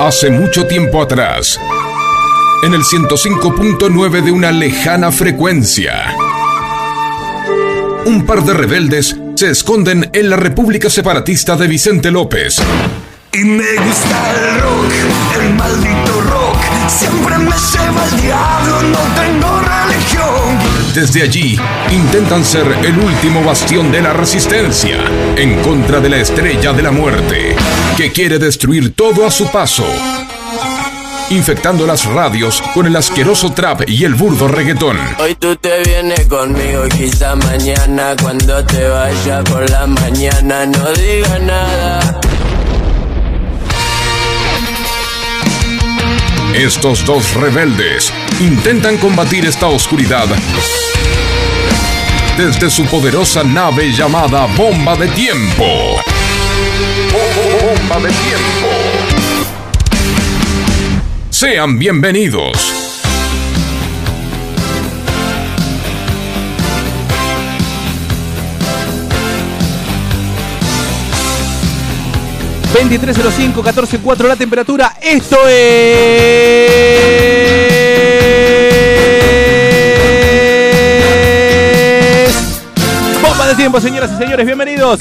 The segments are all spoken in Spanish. Hace mucho tiempo atrás, en el 105.9 de una lejana frecuencia, un par de rebeldes se esconden en la República Separatista de Vicente López. Y me gusta el rock, el maldito rock. Siempre me lleva el diablo, no tengo religión. Desde allí, intentan ser el último bastión de la resistencia en contra de la estrella de la muerte, que quiere destruir todo a su paso, infectando las radios con el asqueroso trap y el burdo reggaetón. Hoy tú te vienes conmigo y quizá mañana cuando te vaya por la mañana no diga nada. Estos dos rebeldes intentan combatir esta oscuridad desde su poderosa nave llamada Bomba de Tiempo. Bomba de Tiempo. Sean bienvenidos. .5, 14, 4 la temperatura. Esto es. Bomba de tiempo, señoras y señores, bienvenidos.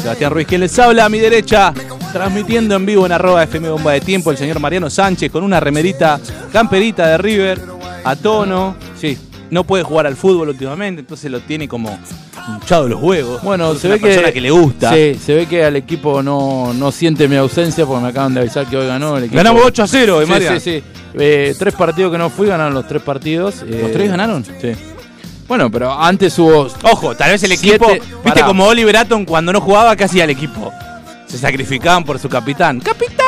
Sebastián Ruiz, que les habla a mi derecha, transmitiendo en vivo en arroba FM Bomba de Tiempo, el señor Mariano Sánchez con una remerita, camperita de River, a tono. Sí, no puede jugar al fútbol últimamente, entonces lo tiene como hinchado los huevos. Bueno, Es se una ve que- persona que le gusta. Sí, Eh, se ve que al equipo no, no siente mi ausencia porque me acaban de avisar que hoy ganó el equipo. Ganamos 8 a 0, eh, Sí, Mariano. sí, sí. Eh, tres partidos que no fui, ganaron los tres partidos. eh, ¿Los tres ganaron? Sí. Bueno, pero antes hubo. Ojo, tal vez el Siete- equipo. Viste Pará. como Oliver Atom cuando no jugaba, casi al equipo. Se sacrificaban por su capitán. ¡Capitán!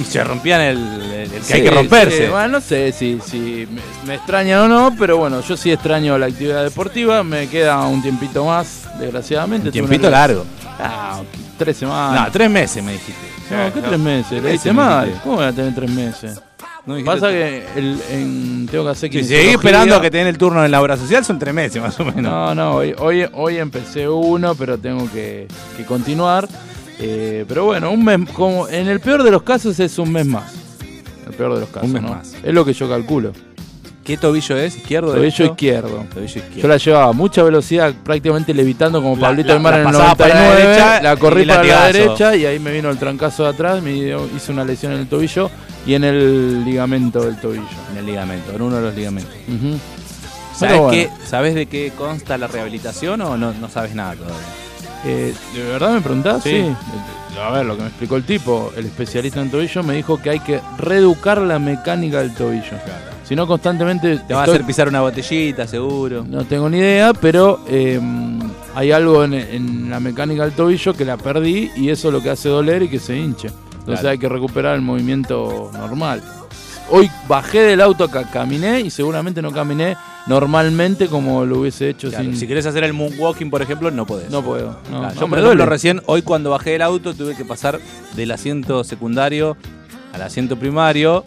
Y se rompían el, el- el que hay que Sí, romperse. sí, bueno, no sé si, si me, me extrañan o no, pero bueno, yo sí extraño la actividad deportiva. Me queda un tiempito más, desgraciadamente. Un Tuve tiempito una- largo. Ah, tres semanas. No, tres meses me dijiste. No, ¿qué tres meses? Le hice me mal. dijiste. ¿Cómo voy a tener tres meses? No dijiste Pasa tres. que el- en- tengo que hacer Si quinesiología. seguís esperando a que te den el turno en la obra social, son tres meses más o menos. No, no, hoy, hoy, hoy empecé uno, pero tengo que, que continuar. Eh, pero bueno, un mes, como en el peor de los casos es un mes más. En el peor de los casos. Un mes ¿no? más. Es lo que yo calculo. ¿Qué tobillo es? ¿Izquierdo? Tobillo derecho? izquierdo. Tobillo izquierdo. Yo la llevaba a mucha velocidad, prácticamente levitando como La- Pablito la- de Mar la en el pasaba para la 99. La, derecha corrí y para la latigazo. derecha y ahí me vino el trancazo de atrás, me dio- hice una lesión en el tobillo y en el ligamento del tobillo. En el ligamento, en uno de los ligamentos. Ujú. ¿Sabes, bueno. qué- ¿Sabés de qué consta la rehabilitación o no, no sabes nada todavía? Eh, ¿De verdad me preguntás? Sí. Eh, A ver, lo que me explicó el tipo, el especialista en tobillo, me dijo que hay que reeducar la mecánica del tobillo. Si no, constantemente. Te va a estoy- hacer pisar una botellita, seguro. No tengo ni idea, pero eh, hay algo en, en la mecánica del tobillo que la perdí y eso es lo que hace doler y que se hinche. Entonces Claro. hay que recuperar el movimiento normal. Hoy bajé del auto acá, caminé y seguramente no caminé normalmente como lo hubiese hecho Claro, sin. Si querés hacer el moonwalking, por ejemplo, no podés. No puedo. No, no, Claro, yo, me por ejemplo, duele. recién, hoy cuando bajé del auto, tuve que pasar del asiento secundario al asiento primario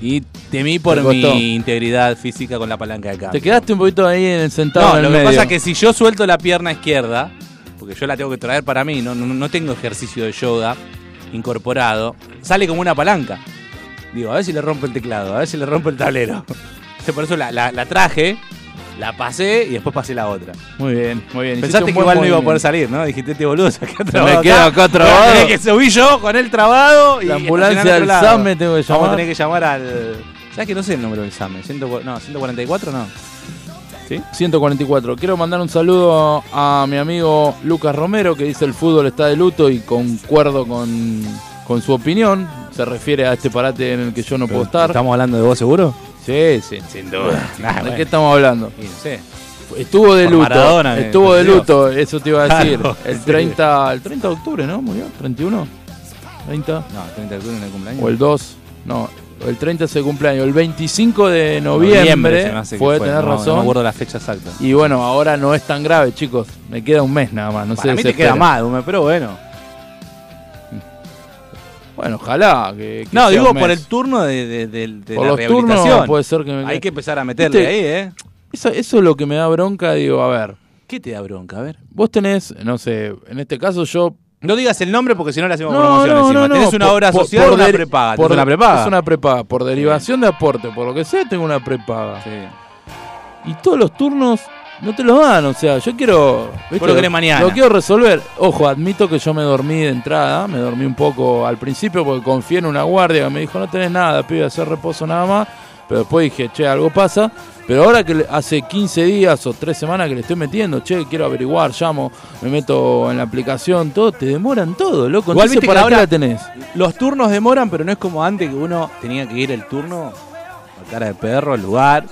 y temí por Te costó. mi integridad física con la palanca de Te cambio. quedaste un poquito ahí en el sentado. No, en el lo que medio. pasa es que si yo suelto la pierna izquierda, porque yo la tengo que traer para mí, no, no, no tengo ejercicio de yoga incorporado, sale como una palanca. Digo, a ver si le rompo el teclado, a ver si le rompo el tablero. Entonces, por eso la, la- la traje, la pasé y después pasé la otra. Muy bien, muy bien. Hiciste Pensaste un que buen igual no iba a poder movimiento. salir, ¿no? Dijiste, te boludo, acá me trabado. quedo acá trabado. Voy a tener que subí yo con él trabado. Y La ambulancia estacionar del al otro lado. SAM me tengo que Vamos a llamar. tener que llamar al. ¿Sabes que no sé el número del SAM? Ciento- no, 144 no. 144. Quiero mandar un saludo a mi amigo Lucas Romero que dice el fútbol está de luto y concuerdo con, con su opinión. Se refiere a este parate en el que yo no puedo estar. ¿Estamos hablando de vos seguro? Sí, sí. Sin duda. ¿De qué estamos hablando? Ah, Y no sé. Estuvo de Por luto. Maradona, me- estuvo de Dios. luto, eso te iba a decir. Claro, el, sí. 30, el 30 de octubre, ¿no? Murió. 31. 30. No, 30 de octubre en el cumpleaños. O el 2. No, el 30 se cumpleaños. El 25 de noviembre, se me hace que puede fue, tener no, No me razón. acuerdo la fecha exacta. y bueno, ahora no es tan grave, chicos. Me queda un mes nada más. No Para sé mí te queda mal, Dume, pero bueno. Bueno, ojalá. Que, que No, sea digo un mes. por el turno de, de, de, de Por la los rehabilitación. turnos puede ser que me Hay quede- que empezar a meterle Viste- ahí, ¿eh? eso, eso es lo que me da bronca. Digo, a ver, ¿Qué te da bronca? A ver. vos tenés, no sé, en este caso yo No digas el nombre porque si no le hacemos No, promoción no, encima. no, no. Tenés una obra Por- social o por una deri- prepaga. Por, Tenés una prepaga. Es una prepaga. Por derivación de aporte, por lo que sea, tengo una prepaga. Sí. Y todos los turnos no te los dan. O sea, yo quiero. lo querés mañana. Lo quiero resolver. Ojo, admito que yo me dormí de entrada. Me dormí un poco al principio porque confié en una guardia que me dijo: No tenés nada, pibe, hacer reposo nada más. Pero después dije: Che, algo pasa. Pero ahora que le- hace 15 días o 3 semanas que le estoy metiendo, che, quiero averiguar, llamo, me meto en la aplicación, todo, te demoran todo, loco. Igual Entonces, viste que ¿para qué ahora- la tenés? Los turnos demoran, pero no es como antes que uno tenía que ir el turno a cara de perro, al lugar,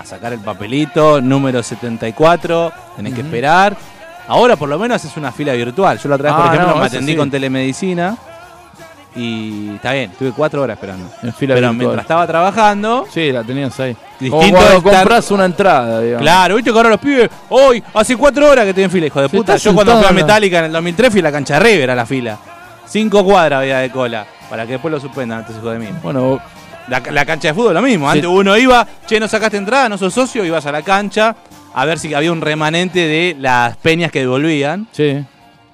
a sacar el papelito, número 74, tenés que esperar. Ahora por lo menos es una fila virtual. Yo la otra vez, por Ah, ejemplo, no, me eso atendí sí. con telemedicina y está bien, estuve cuatro horas esperando. En fila pero virtual. mientras estaba trabajando, Sí, la tenías ahí. Distinto Como cuando de estar- compras una entrada, digamos. Claro, viste que ahora los pibes, hoy, hace cuatro horas que estoy en fila, hijo de Se puta. está Yo cuando fui a sentado, ¿no? Metallica en el 2003 fui a la cancha de River a la fila. Cinco cuadras había de cola, para que después lo suspendan, antes hijo de mí. Bueno, La, la cancha de fútbol lo mismo, Sí. antes uno iba, che, no sacaste entrada, no sos socio, ibas a la cancha a ver si había un remanente de las peñas que devolvían sí.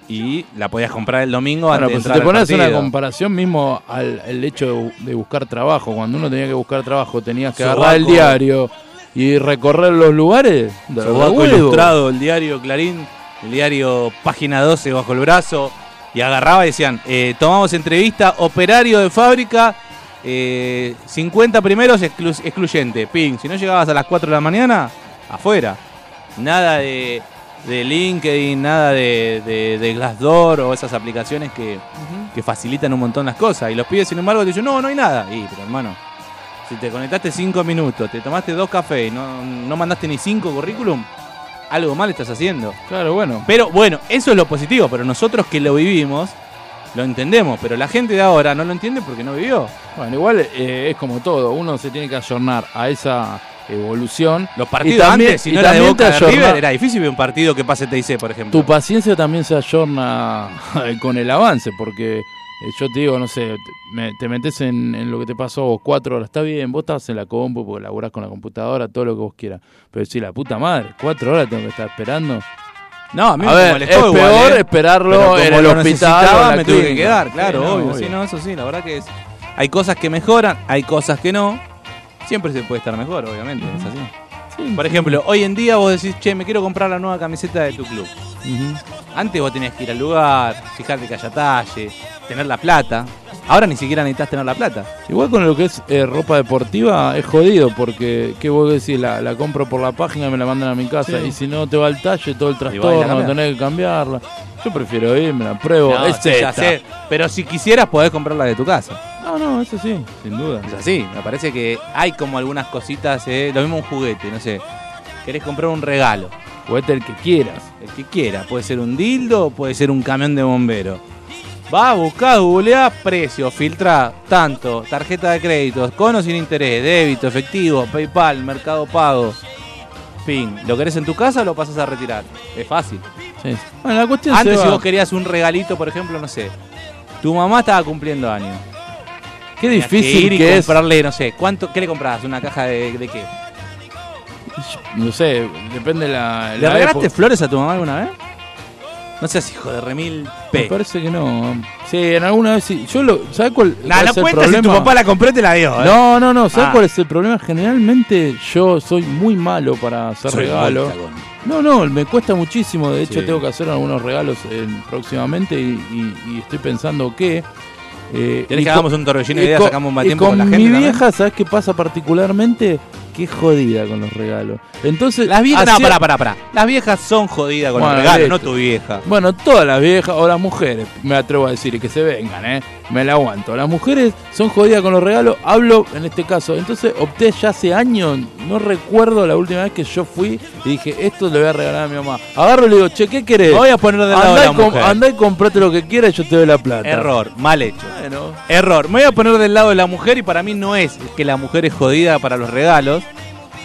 y la podías comprar el domingo Bueno, antes pues si de te entrar al pones una partido. comparación mismo al el hecho de, bu- de buscar trabajo, cuando uno tenía que buscar trabajo, tenías que Sobaco. agarrar el diario y recorrer los lugares. de Sobaco huevo. Ilustrado, el diario Clarín, el diario Página 12 bajo el brazo. Y agarraba y decían, eh, tomamos entrevista, operario de fábrica, eh, 50 primeros exclu- excluyente. Ping, si no llegabas a las 4 de la mañana, afuera. Nada de, de LinkedIn, nada de, de- de Glassdoor o esas aplicaciones que, que facilitan un montón las cosas. Y los pibes, sin embargo, te dicen, no, no hay nada. Y, pero hermano, si te conectaste 5 minutos, te tomaste dos cafés y no, no mandaste ni cinco currículum, algo mal estás haciendo. Claro, bueno. Pero bueno, eso es lo positivo, pero nosotros que lo vivimos, lo entendemos, pero la gente de ahora no lo entiende porque no vivió. Bueno, igual eh, es como todo, uno se tiene que ayornar a esa evolución. Los Y partidos también- antes, si y no era de también Boca te de River, ayorna- era difícil ver un partido que pase TIC, por ejemplo. Tu paciencia también se ayorna eh, con el avance, porque eh, yo te digo, no sé, te, me- te metes en, en lo que te pasó a vos cuatro horas, está bien, vos estás en la compu, porque laburás con la computadora, todo lo que vos quieras, pero si la puta madre, cuatro horas tengo que estar esperando. no, a mí A me ver, es molestó igual, peor ¿eh? esperarlo Pero como en el lo hospital. o en necesitaba, la me tuve que clínica. quedar, claro, Sí, no, obvio, Sí, no, eso sí, la verdad que es. Hay cosas que mejoran, hay cosas que no. Siempre se puede estar mejor, obviamente, es así. Sí. Por ejemplo, hoy en día vos decís, che, me quiero comprar la nueva camiseta de tu club. Antes vos tenías que ir al lugar, fijarte que haya talle, tener la plata. Ahora ni siquiera necesitas tener la plata. Igual con lo que es eh, ropa deportiva es jodido porque, ¿qué vos decís? La, la compro por la página, me la mandan a mi casa Sí. y si no te va el talle, todo el vas y la trastorno, cambias. tenés que cambiarla. Yo prefiero ir, me la pruebo, No, es sí, ya esta. sé, Pero si quisieras, podés comprarla de tu casa. No, no, eso sí, sin duda. Es así. Me parece que hay como algunas cositas, eh, lo mismo un juguete, no sé. Querés comprar un regalo, Juguete el que quieras. el que quiera. Puede ser un dildo, puede ser un camión de bombero. Va, buscá, googleá, precio, filtrá, tanto, tarjeta de crédito, con o sin interés, débito, efectivo, PayPal, Mercado Pago. Fin, ¿lo querés en tu casa o lo pasas a retirar? Es fácil. Sí. Bueno, la cuestión se Antes si va. vos querías un regalito, por ejemplo, no sé, tu mamá estaba cumpliendo años. Qué Tenías difícil ir que, y es. comprarle, no sé, ¿cuánto, ¿qué le comprabas? ¿Una caja de, de qué? No sé, depende la, ¿Le la regalaste época. flores a tu mamá alguna vez? No seas hijo de remil Me P. parece que no. Sí, en alguna vez sí. Yo lo, ¿Sabes cuál, Nah, cuál no es el cuenta problema? si tu papá la compró, te la dio. ¿eh? No, no, no. ¿Sabes Ah. cuál es el problema? Generalmente yo soy muy malo para hacer Soy regalos. muy cagón. No, no, me cuesta muchísimo. De hecho, Sí. tengo que hacer algunos regalos eh, próximamente y, y- y estoy pensando que. eh, ¿Querés y que co- hagamos un torbellino de y ideas, co- sacamos un y batiempo con con la mi gente también? vieja, ¿sabes qué pasa particularmente? Que es jodida con los regalos. Entonces. Las viejas, no, hacía- pará, pará, pará. Las viejas son jodidas con Ah, Bueno, los regalos, listo. no tu vieja. Bueno, todas las viejas o las mujeres, me atrevo a decir, y que se vengan, ¿eh? Me la aguanto. Las mujeres son jodidas con los regalos, hablo en este caso. Entonces opté ya hace años, no recuerdo la última vez que yo fui y dije, esto le voy a regalar a mi mamá. Agarro y le digo, che, ¿qué querés? Me voy a poner de lado andá, a y la com- mujer. andá y comprate lo que quieras y yo te doy la plata. Error, mal hecho. Bueno, Error. Me voy a poner del lado de la mujer y para mí no es que la mujer es jodida para los regalos.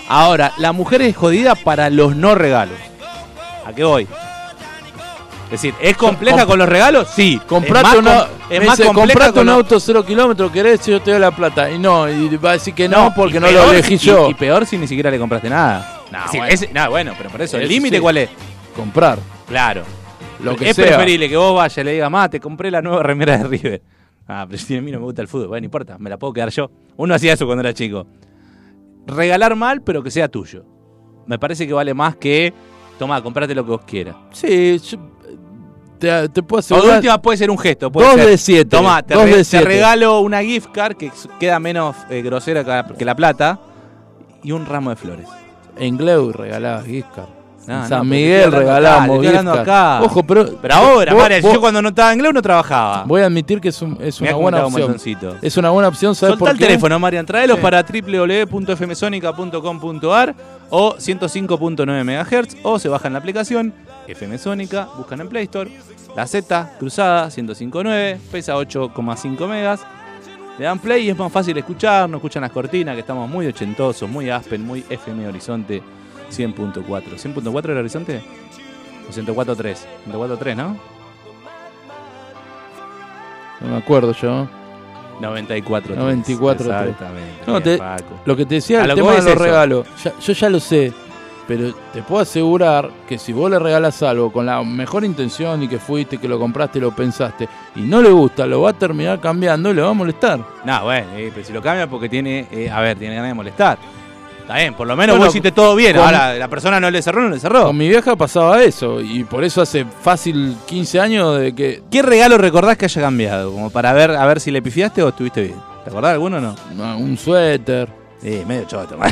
Ahora, la mujer es jodida para los no regalos. ¿A qué voy? Es decir, ¿es compleja Com- con los regalos? Sí. comprate es más una- com- es me más dice, compleja comprate con un los- auto cero kilómetro, querés y yo te doy la plata. Y no, y va a decir que no, y porque no peor lo elegí si- yo. Y, peor si ni siquiera le compraste nada. No, Es decir, bueno. ese- no, bueno, pero por eso, ¿el Eso límite sí. cuál es? Comprar. Claro. Lo que es sea. preferible que vos vayas y le digas, ma, te compré la nueva remera de River. Ah, pero si a mí no me gusta el fútbol, bueno, no importa, me la puedo quedar yo. Uno hacía eso cuando era chico. Regalar mal, pero que sea tuyo. Me parece que vale más que, toma, comprate lo que vos quieras. Sí, yo- te, te puedo O de asegurar. última puede ser un gesto. Puede Dos ser, de siete, Tomá, te, dos re- de te siete". regalo una gift card que s- queda menos eh, grosera que la- que la plata y un ramo de flores. En Gleu regalaba Giscard. No, en no, pero San estoy Miguel hablando acá, regalábamos estoy hablando gift card. acá. Ojo, pero. Pero ahora, vos- María, vos- yo cuando no estaba en Gleu no trabajaba. Voy a admitir que es, un- es una Mirá cómo buena te hago un opción. montoncito. Es una buena opción, ¿sabes Soltá por el qué? teléfono, Marian, tráelos Sí. para www.fmsonica.com.ar o 105.9 MHz o se bajan la aplicación FM Sónica, buscan en Play Store, la Z cruzada 105.9, pesa 8,5 megas. Le dan play y es más fácil escuchar, no escuchan las cortinas, que estamos muy ochentosos, muy Aspen, muy FM Horizonte 100.4. ¿100.4 era Horizonte? O 104.3. 104.3, ¿no? No me acuerdo yo. 94.3. 94.3. Exactamente. No, bien, te- Paco. Lo que te decía, A el lo que tema voy de es los eso. regalos. Ya- yo ya lo sé. Pero te puedo asegurar que si vos le regalás algo con la mejor intención y que fuiste, que lo compraste, lo pensaste, y no le gusta, lo va a terminar cambiando y le va a molestar. No, bueno, eh, pero si lo cambia porque tiene, eh, a ver, tiene ganas de molestar. Está bien, por lo menos Bueno, vos hiciste todo bien. con- Ahora, la persona no le cerró, no le cerró. Con mi vieja pasaba eso, y por eso hace fácil 15 años de que. ¿Qué regalo recordás que haya cambiado? Como para ver a ver si le pifiaste o estuviste bien. ¿Te acordás de alguno o no? ah, Un suéter, Sí, medio choto, un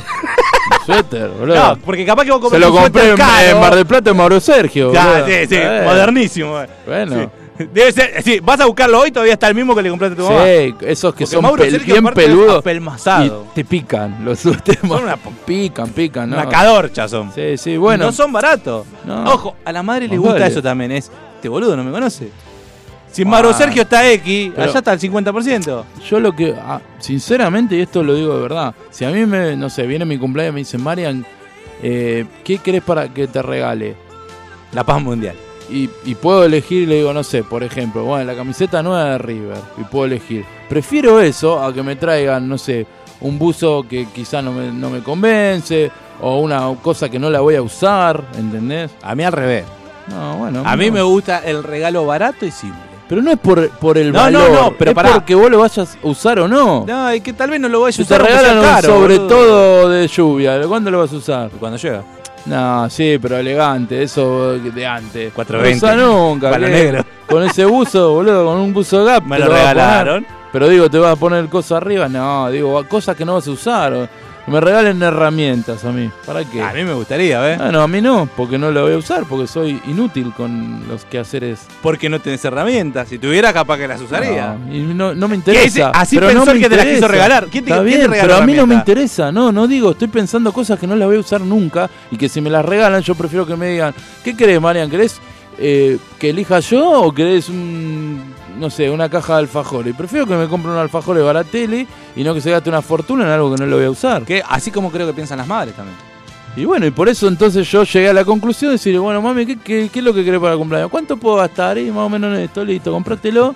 suéter, boludo. No, porque capaz que vos Se compraste lo un compré suéter en, en caro. Mar del Plata en Mauro Sergio. Ya, boludo. sí, sí, Eh, modernísimo. eh. Bueno, Sí. Debe ser, eh, sí, vas a buscarlo hoy, todavía está el mismo que le compraste a tu sí, mamá. esos que Porque son Mauro pel- Sergio bien aparte es peludos. Y apelmazado. te pican los suéteres. Son una- pican, pican, ¿no? Una cadorcha son. Sí, sí, bueno. No son baratos. No. Ojo, a la madre le Más gusta vale. eso también. Es, este boludo no me conoce. Si en Ah. Mauro Sergio está X, Pero- allá está el 50%. Yo lo que, ah, sinceramente, y esto lo digo de verdad, si a mí me, no sé, viene mi cumpleaños y me dicen, Marian, eh, ¿qué querés para que te regale? La paz mundial. Y, y puedo elegir, le digo, no sé, por ejemplo, bueno, la camiseta nueva de River, y puedo elegir. Prefiero eso a que me traigan, no sé, un buzo que quizá no me, no me convence, o una cosa que no la voy a usar, ¿entendés? A mí al revés. No, bueno. A mí no. me gusta el regalo barato y simple. Pero no es por, por el No, no, valor, no, pero es pará. porque vos lo vayas a usar o no. No, y que tal vez no lo vayas a Si te usar. aunque sea regalan un caro, sobre boludo. todo de lluvia, ¿cuándo lo vas a usar? Cuando llega. No, sí, pero elegante, eso de antes. No 420. usa nunca. Palo ¿qué? negro. Con ese buzo, boludo, con un buzo gap. Me te lo vas a regalaron. poner. Pero digo, ¿te vas a poner cosas arriba? No, digo, cosas que no vas a usar. o- que Me regalen herramientas a mí. ¿Para qué? A mí me gustaría, ¿eh? Ah, no, a mí no, porque no la voy a usar, porque soy inútil con los quehaceres. Porque no tenés herramientas. Si tuviera, capaz que las usaría. No, y no, no me ¿Qué dice? interesa. Así pero no pensó me el que te las interesa. quiso regalar. ¿Quién te- Está quién te bien, regaló pero a mí no me herramienta? interesa. No, no digo. Estoy pensando cosas que no las voy a usar nunca y que si me las regalan yo prefiero que me digan, ¿qué querés, Marian? ¿Querés eh, que elija yo o querés un, no sé, una caja de alfajores? Prefiero que me compre un alfajores barateli y no que se gaste una fortuna en algo que no lo voy a usar. Que, así como creo que piensan las madres también. Y bueno, y por eso entonces yo llegué a la conclusión de decir, bueno, mami, ¿qué, qué, qué es lo que querés para el cumpleaños? ¿Cuánto puedo gastar? Y más o menos esto, listo, comprátelo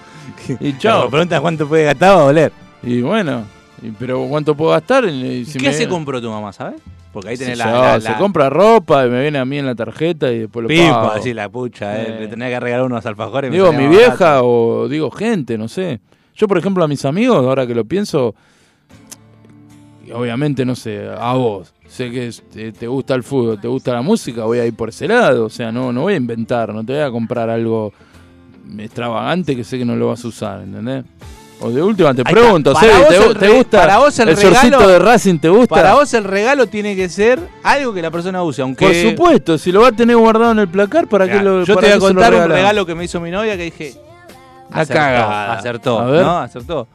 y chao. Cuando preguntas cuánto puede gastar, va a doler. Y bueno, y- pero ¿cuánto puedo gastar? Y si ¿Qué me- se compró tu mamá, sabes? Porque ahí Sí, tenés se la, va, la- se la- compra ropa y me viene a mí en la tarjeta y después lo pago. Pipa, sí, la pucha, eh. Eh. Le tenía que regalar unos alfajores. me digo salía mi más vieja barato. o digo gente, no sé. Yo, por ejemplo, a mis amigos, ahora que lo pienso, y obviamente, no sé, a vos. Sé que es- te, te gusta el fútbol, te gusta la música, voy a ir por ese lado. O sea, no, no voy a inventar, no te voy a comprar algo extravagante que sé que no lo vas a usar, ¿entendés? O de última, te Ahí está. pregunto, Para Seba, vos ¿te, el gu- te re- gusta para vos el regalo- shortcito de Racing? ¿Te gusta? Para vos el regalo tiene que ser algo que la persona use, aunque... Por supuesto, si lo va a tener guardado en el placar, ¿para Mirá, qué lo yo para te voy a qué se lo contar un regalan? regalo que me hizo mi novia que dije... Una acertó, cagada. Acertó, A ver. ¿no? Acertó.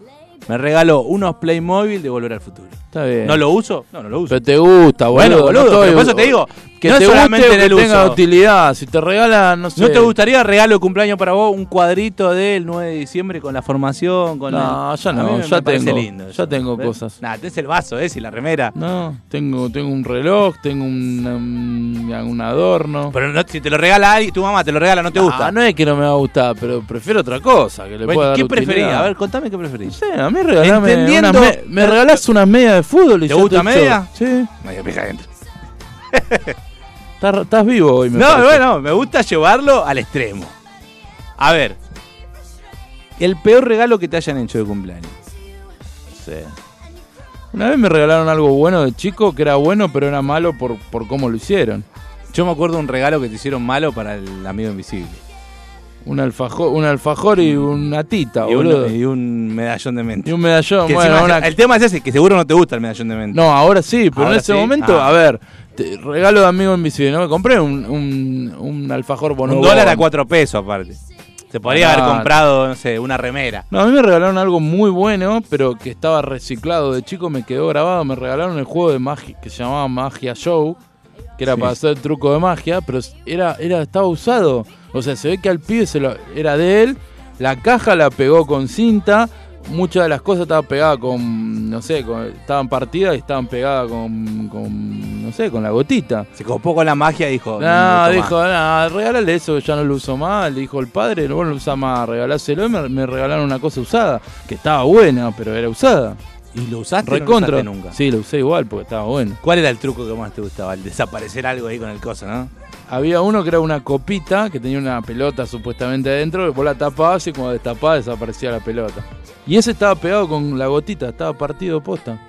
Me regaló unos Playmobil de Volver al Futuro. Está bien. ¿No lo uso? No, no lo uso. Pero te gusta, bueno, boludo. boludo, no estoy- pero por eso te digo, Que no te guste solamente o en el que tenga uso. utilidad. Si te regalan, no sé. ¿No te gustaría regalo de cumpleaños para vos un cuadrito del 9 de diciembre con la formación? Con No, el- ya A no, mí me- ya me parece tengo, lindo ya eso. tengo ¿Ves? cosas. Nah, tenés el vaso, ¿eh? Y la remera. No, tengo, tengo un reloj, tengo un, um, un adorno. Pero no- si te lo regala alguien, tu mamá te lo regala, no te gusta. Ah, no es que no me va a gustar, pero prefiero otra cosa que le Bueno, pueda dar ¿Qué preferís? utilidad. A ver, contame qué preferís. No sé, a mí regalame Entendiendo- unas me, me regalás unas medias de fútbol y ¿Te ya gusta estoy media? hecho. Sí. Medio pija adentro. Estás, estás vivo hoy, me No, parece. bueno, me gusta llevarlo al extremo. A ver. El peor regalo que te hayan hecho de cumpleaños. Una vez me regalaron algo bueno de chico, que era bueno, pero era malo por, por cómo lo hicieron. Yo me acuerdo un regalo que te hicieron malo para el amigo invisible. Un alfajor, un alfajor y una tita, Y Ah, boludo. un, y un medallón de mente. Y un medallón, Que bueno, encima- una- El tema es ese, que seguro no te gusta el medallón de mente. No, ahora sí, pero Ahora en ese sí. momento, Ah. a ver, te- regalo de amigo invisible, no me compré un, un, un alfajor un bonobo. dólar a cuatro pesos aparte. Te podría Ah, haber no. comprado, no sé, una remera. No, a mí me regalaron algo muy bueno, pero que estaba reciclado de chico, me quedó grabado. Me regalaron el juego de magia que se llamaba Magia Show, que era Sí. para hacer truco de magia, pero era, era, estaba usado. O sea, se ve que al pibe se lo, era de él, la caja la pegó con cinta, muchas de las cosas estaban pegadas con, no sé, con- estaban partidas y estaban pegadas con, con, no sé, con la gotita. Se copó con la magia y dijo. No, me dijo, gustó más. no, regálale eso, ya no lo uso más. Le dijo el padre, vos no lo usás más, regaláselo. Y me, me regalaron una cosa usada, que estaba buena, pero era usada. ¿Y lo usaste? o Este no lo Recontra. usaste nunca. Sí, lo usé igual porque estaba bueno. ¿Cuál era el truco que más te gustaba? El desaparecer algo ahí con el coso, ¿no? Había uno que era una copita que tenía una pelota supuestamente adentro. Vos la tapabas y cuando destapabas desaparecía la pelota. Y ese estaba pegado con la gotita, estaba partido posta.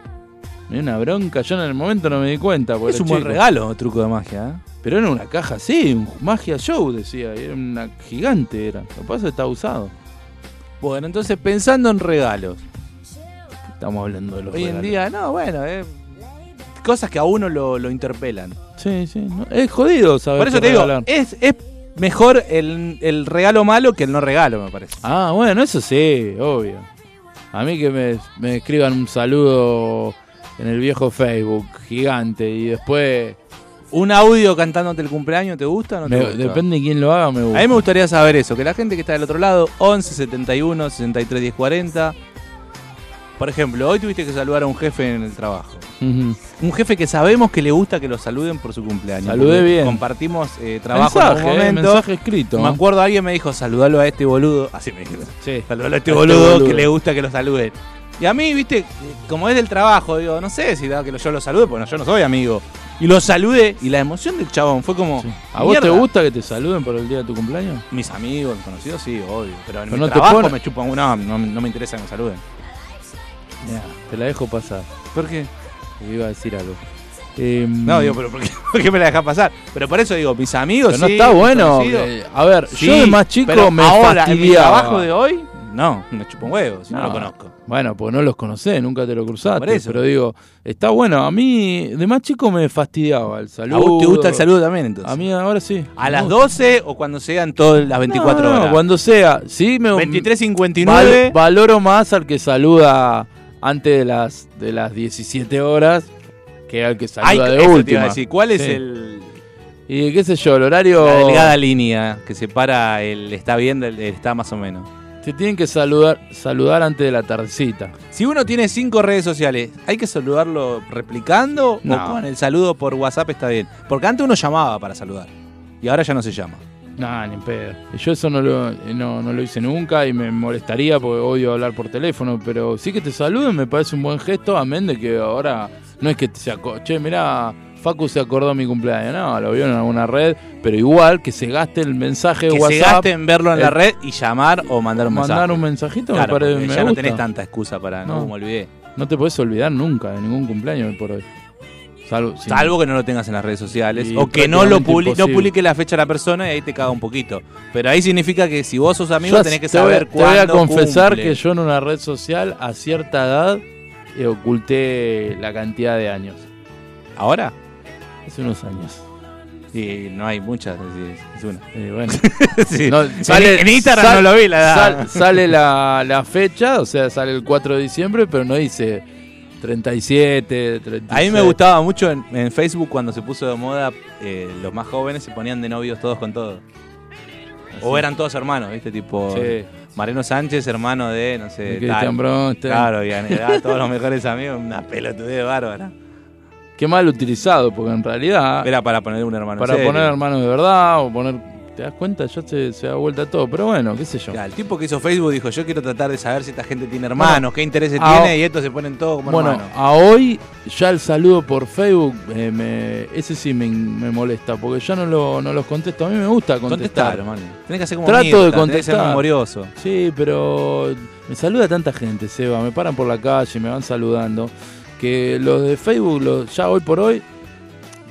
Me dio una bronca, yo en el momento no me di cuenta. porque es era un buen chico. regalo, truco de magia. ¿eh? Pero era una caja así, un magia show decía. y Era una gigante, era. Lo que pasa es que estaba usado. Bueno, entonces pensando en regalos. Estamos hablando de los Hoy en regalos. día, no, bueno, eh, cosas que a uno lo, lo interpelan. Sí, sí. no, es jodido saber Por eso qué te digo, eh. regalar. es, es mejor el, el regalo malo que el no regalo, me parece. Ah, bueno, eso sí, obvio. A mí que me, me escriban un saludo en el viejo Facebook, gigante, y después... ¿Un audio cantándote el cumpleaños te gusta o no te me- gusta? depende de quién lo haga, me A mí gusta. me gustaría saber eso, que la gente que está del otro lado, 11 71 63 10 40. Por ejemplo, hoy tuviste que saludar a un jefe en el trabajo. Ujú. Un jefe que sabemos que le gusta que lo saluden por su cumpleaños. Saludé porque bien. Compartimos eh, trabajo en mensaje, algún eh, momento. mensaje escrito. Me acuerdo, alguien me dijo, saludalo a este boludo. Así me dijeron. Sí. Saludalo a este A este boludo, boludo. que le gusta que lo saluden. Y a mí, viste, como es del trabajo, digo, no sé si da que lo- yo lo salude, porque no, yo no soy amigo. Y lo saludé y la emoción del chabón fue como. ¿A vos te "Mierda". gusta que te saluden por el día de tu cumpleaños? Mis amigos, mis conocidos, sí, obvio. Pero en Pero mi no te trabajo pone- me chupan una, no, no me interesa que me saluden. Te la dejo pasar. ¿Por qué? Te iba a decir algo. Em, No, digo, pero ¿por qué, por qué me la dejas pasar? Pero por eso digo, mis amigos pero no sí, está mis bueno. conocidos, eh, a ver, sí, yo de más chico pero me ahora, en mi fastidiaba. trabajo de hoy, no, me chupan huevos, si no, No. lo conozco. Ah, Bueno, pues no los conocés, nunca te lo Por cruzaste. eso. Pero digo, está bueno. A mí, de más chico me fastidiaba el saludo. ¿A vos te gusta el saludo también, entonces? A mí ahora sí. ¿A las 12 o cuando sean todas las 24 No, no, horas? cuando sea. Sí, me. 23.59. val- valoro más al que saluda antes de las, de las 17 horas que al que Ay, saluda de eso te iba a última. decir, ¿Cuál es Sí. el, Oh. Y qué sé yo, el horario. la delgada línea que separa el está bien del del está más o menos? Te tienen que saludar, saludar antes de la tardecita. Si uno tiene cinco redes sociales, ¿hay que saludarlo replicando No. o con el saludo por WhatsApp está bien? Porque antes uno llamaba para saludar y ahora ya no se llama. Nah, ni en pedo. Yo eso no lo, eh, no, no lo hice nunca y me molestaría porque odio hablar por teléfono, pero sí que te saluden, me parece un buen gesto, amén de que ahora no es que se acordó, che, mirá, Facu se acordó de mi cumpleaños, no, lo vio en alguna red, pero igual que se gaste el mensaje de Que se WhatsApp, gaste en verlo en el- la red y llamar o mandar un mandar mensaje. un mensajito, Claro, me parece, porque me ya no gusta. tenés tanta excusa para no, No. me olvidé. No te podés olvidar nunca de ningún cumpleaños hoy por hoy. Salvo, si- Salvo que no lo tengas en las redes sociales Y o que no lo prácticamente publi- no imposible. publique la fecha de la persona y ahí te caga un poquito. Pero ahí significa que si vos sos amigo Yo tenés que te voy- saber Te voy a cuándo confesar cumple. que yo en una red social a cierta edad eh, oculté la cantidad de años. ¿Ahora? Hace unos años. Y no hay muchas, es, es una. Eh, bueno. Sí. No, Sale- en Instagram sal- no lo vi la edad. sal- sale la, la fecha, o sea, sale el 4 de diciembre, pero no dice 37, 36. A mí me gustaba mucho en, en Facebook cuando se puso de moda eh, los más jóvenes se ponían de novios todos con todos. O eran todos hermanos, ¿viste? Tipo Ah, Sí. Mariano Sánchez, hermano de, no sé, De tal. Cristian Bronstein. Claro, y era todos los mejores amigos, una pelotudez bárbara. Qué mal utilizado, porque en realidad, Era para poner un hermano en Ah. para serio. poner hermanos de verdad o poner ¿Te das cuenta? Ya se, se da vuelta todo. Pero bueno, qué sé yo. Ya, el tipo que hizo Facebook dijo, yo quiero tratar de saber si esta gente tiene hermanos, qué intereses ah, tiene, y estos se ponen todos como Bueno, hermanos. a hoy ya el saludo por Facebook, eh, me- ese sí me, me molesta, porque ya no, lo, no los contesto. A mí me gusta contestar. Contestar, hermano. Tenés que hacer como Trato Mirta, de tenés que ser contestar. memorioso. Sí, pero me saluda tanta gente, Seba. Me paran por la calle, me van saludando. Que los de Facebook, los, ya hoy por hoy,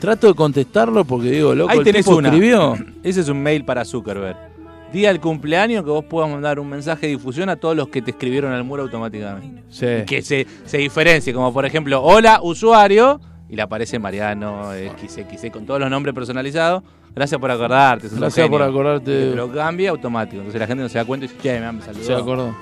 trato de contestarlo porque digo, loco, Ahí el tenés tipo una. escribió. Ese es un mail para Zuckerberg. Día del cumpleaños que vos puedas mandar un mensaje de difusión a todos los que te escribieron al muro automáticamente. Sí. Que se, se diferencie, como por ejemplo, hola usuario, y le aparece Mariano, eh, XXX, con todos los nombres personalizados. Gracias por acordarte. sos un Gracias por genio. acordarte. Pero cambia automático. Entonces la gente no se da cuenta y dice, che, me han Se saludado. acordó.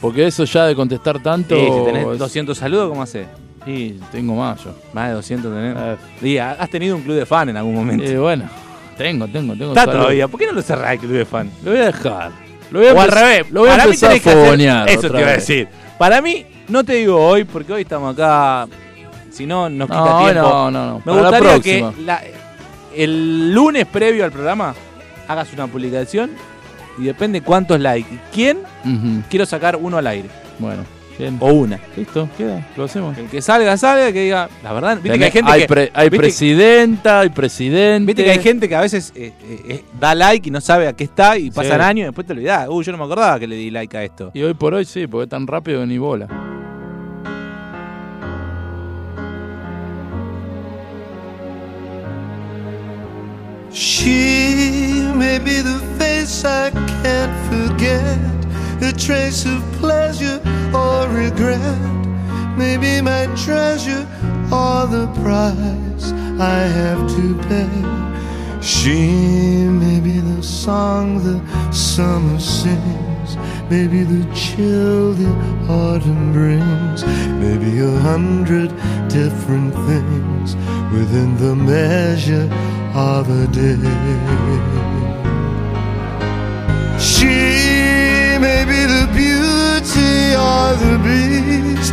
Porque eso ya de contestar tanto. Sí, si tenés es- 200 saludos, ¿cómo haces? Sí, tengo más yo. Más de 200 tenés. Eh. Y ha- has tenido un club de fan en algún momento. Eh, bueno, tengo, tengo, tengo. Está saludos. todavía. ¿Por qué no lo cerrás el club de fan? Lo voy a dejar. Lo voy a o al empezar- revés. Lo voy a Para mí empezar a tenés que hacer- fogonear. Eso otra te iba a vez. decir. Para mí, no te digo hoy, porque hoy estamos acá. Si no, nos quita No, tiempo. no, no, no. Me Para la gustaría próxima. que la- el lunes previo al programa hagas una publicación y depende cuántos likes. y ¿Quién? Ujú, Quiero sacar uno al aire. Bueno, Oh. bien. O una. Listo, queda, lo hacemos. El que salga, salga, que diga. La verdad, viste que hay Tenés- gente que. pre- hay viste- presidenta, hay presidente. Viste que hay gente que a veces eh, eh, eh, da like y no sabe a qué está y pasan años y después te olvidás. Uy, yo no me acordaba que le di like a esto. Y hoy por hoy sí, porque es tan rápido que ni bola. She may be the face I can't forget, a trace of pleasure or regret. Maybe my treasure or the price I have to pay. She may be the song the summer sings, maybe the chill the autumn brings, maybe a hundred different things within the measure of a day. She may be the beauty or the beast,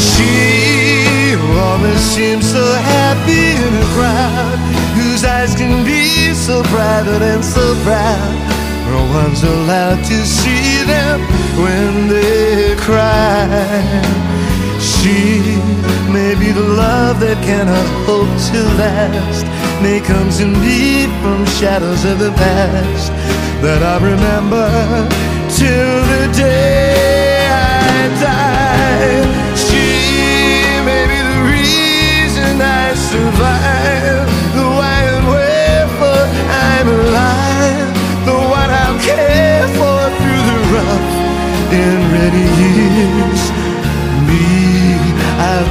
She who always seems so happy in a crowd, whose eyes can be so private and so proud. No one's allowed to see them when they cry. She may be the love that cannot hope to last, may comes indeed from shadows of the past that I remember till the day I die. She may be the reason I survive, the why and wherefore I'm alive, the one I'll care for through the rough and ready years. Me, I'll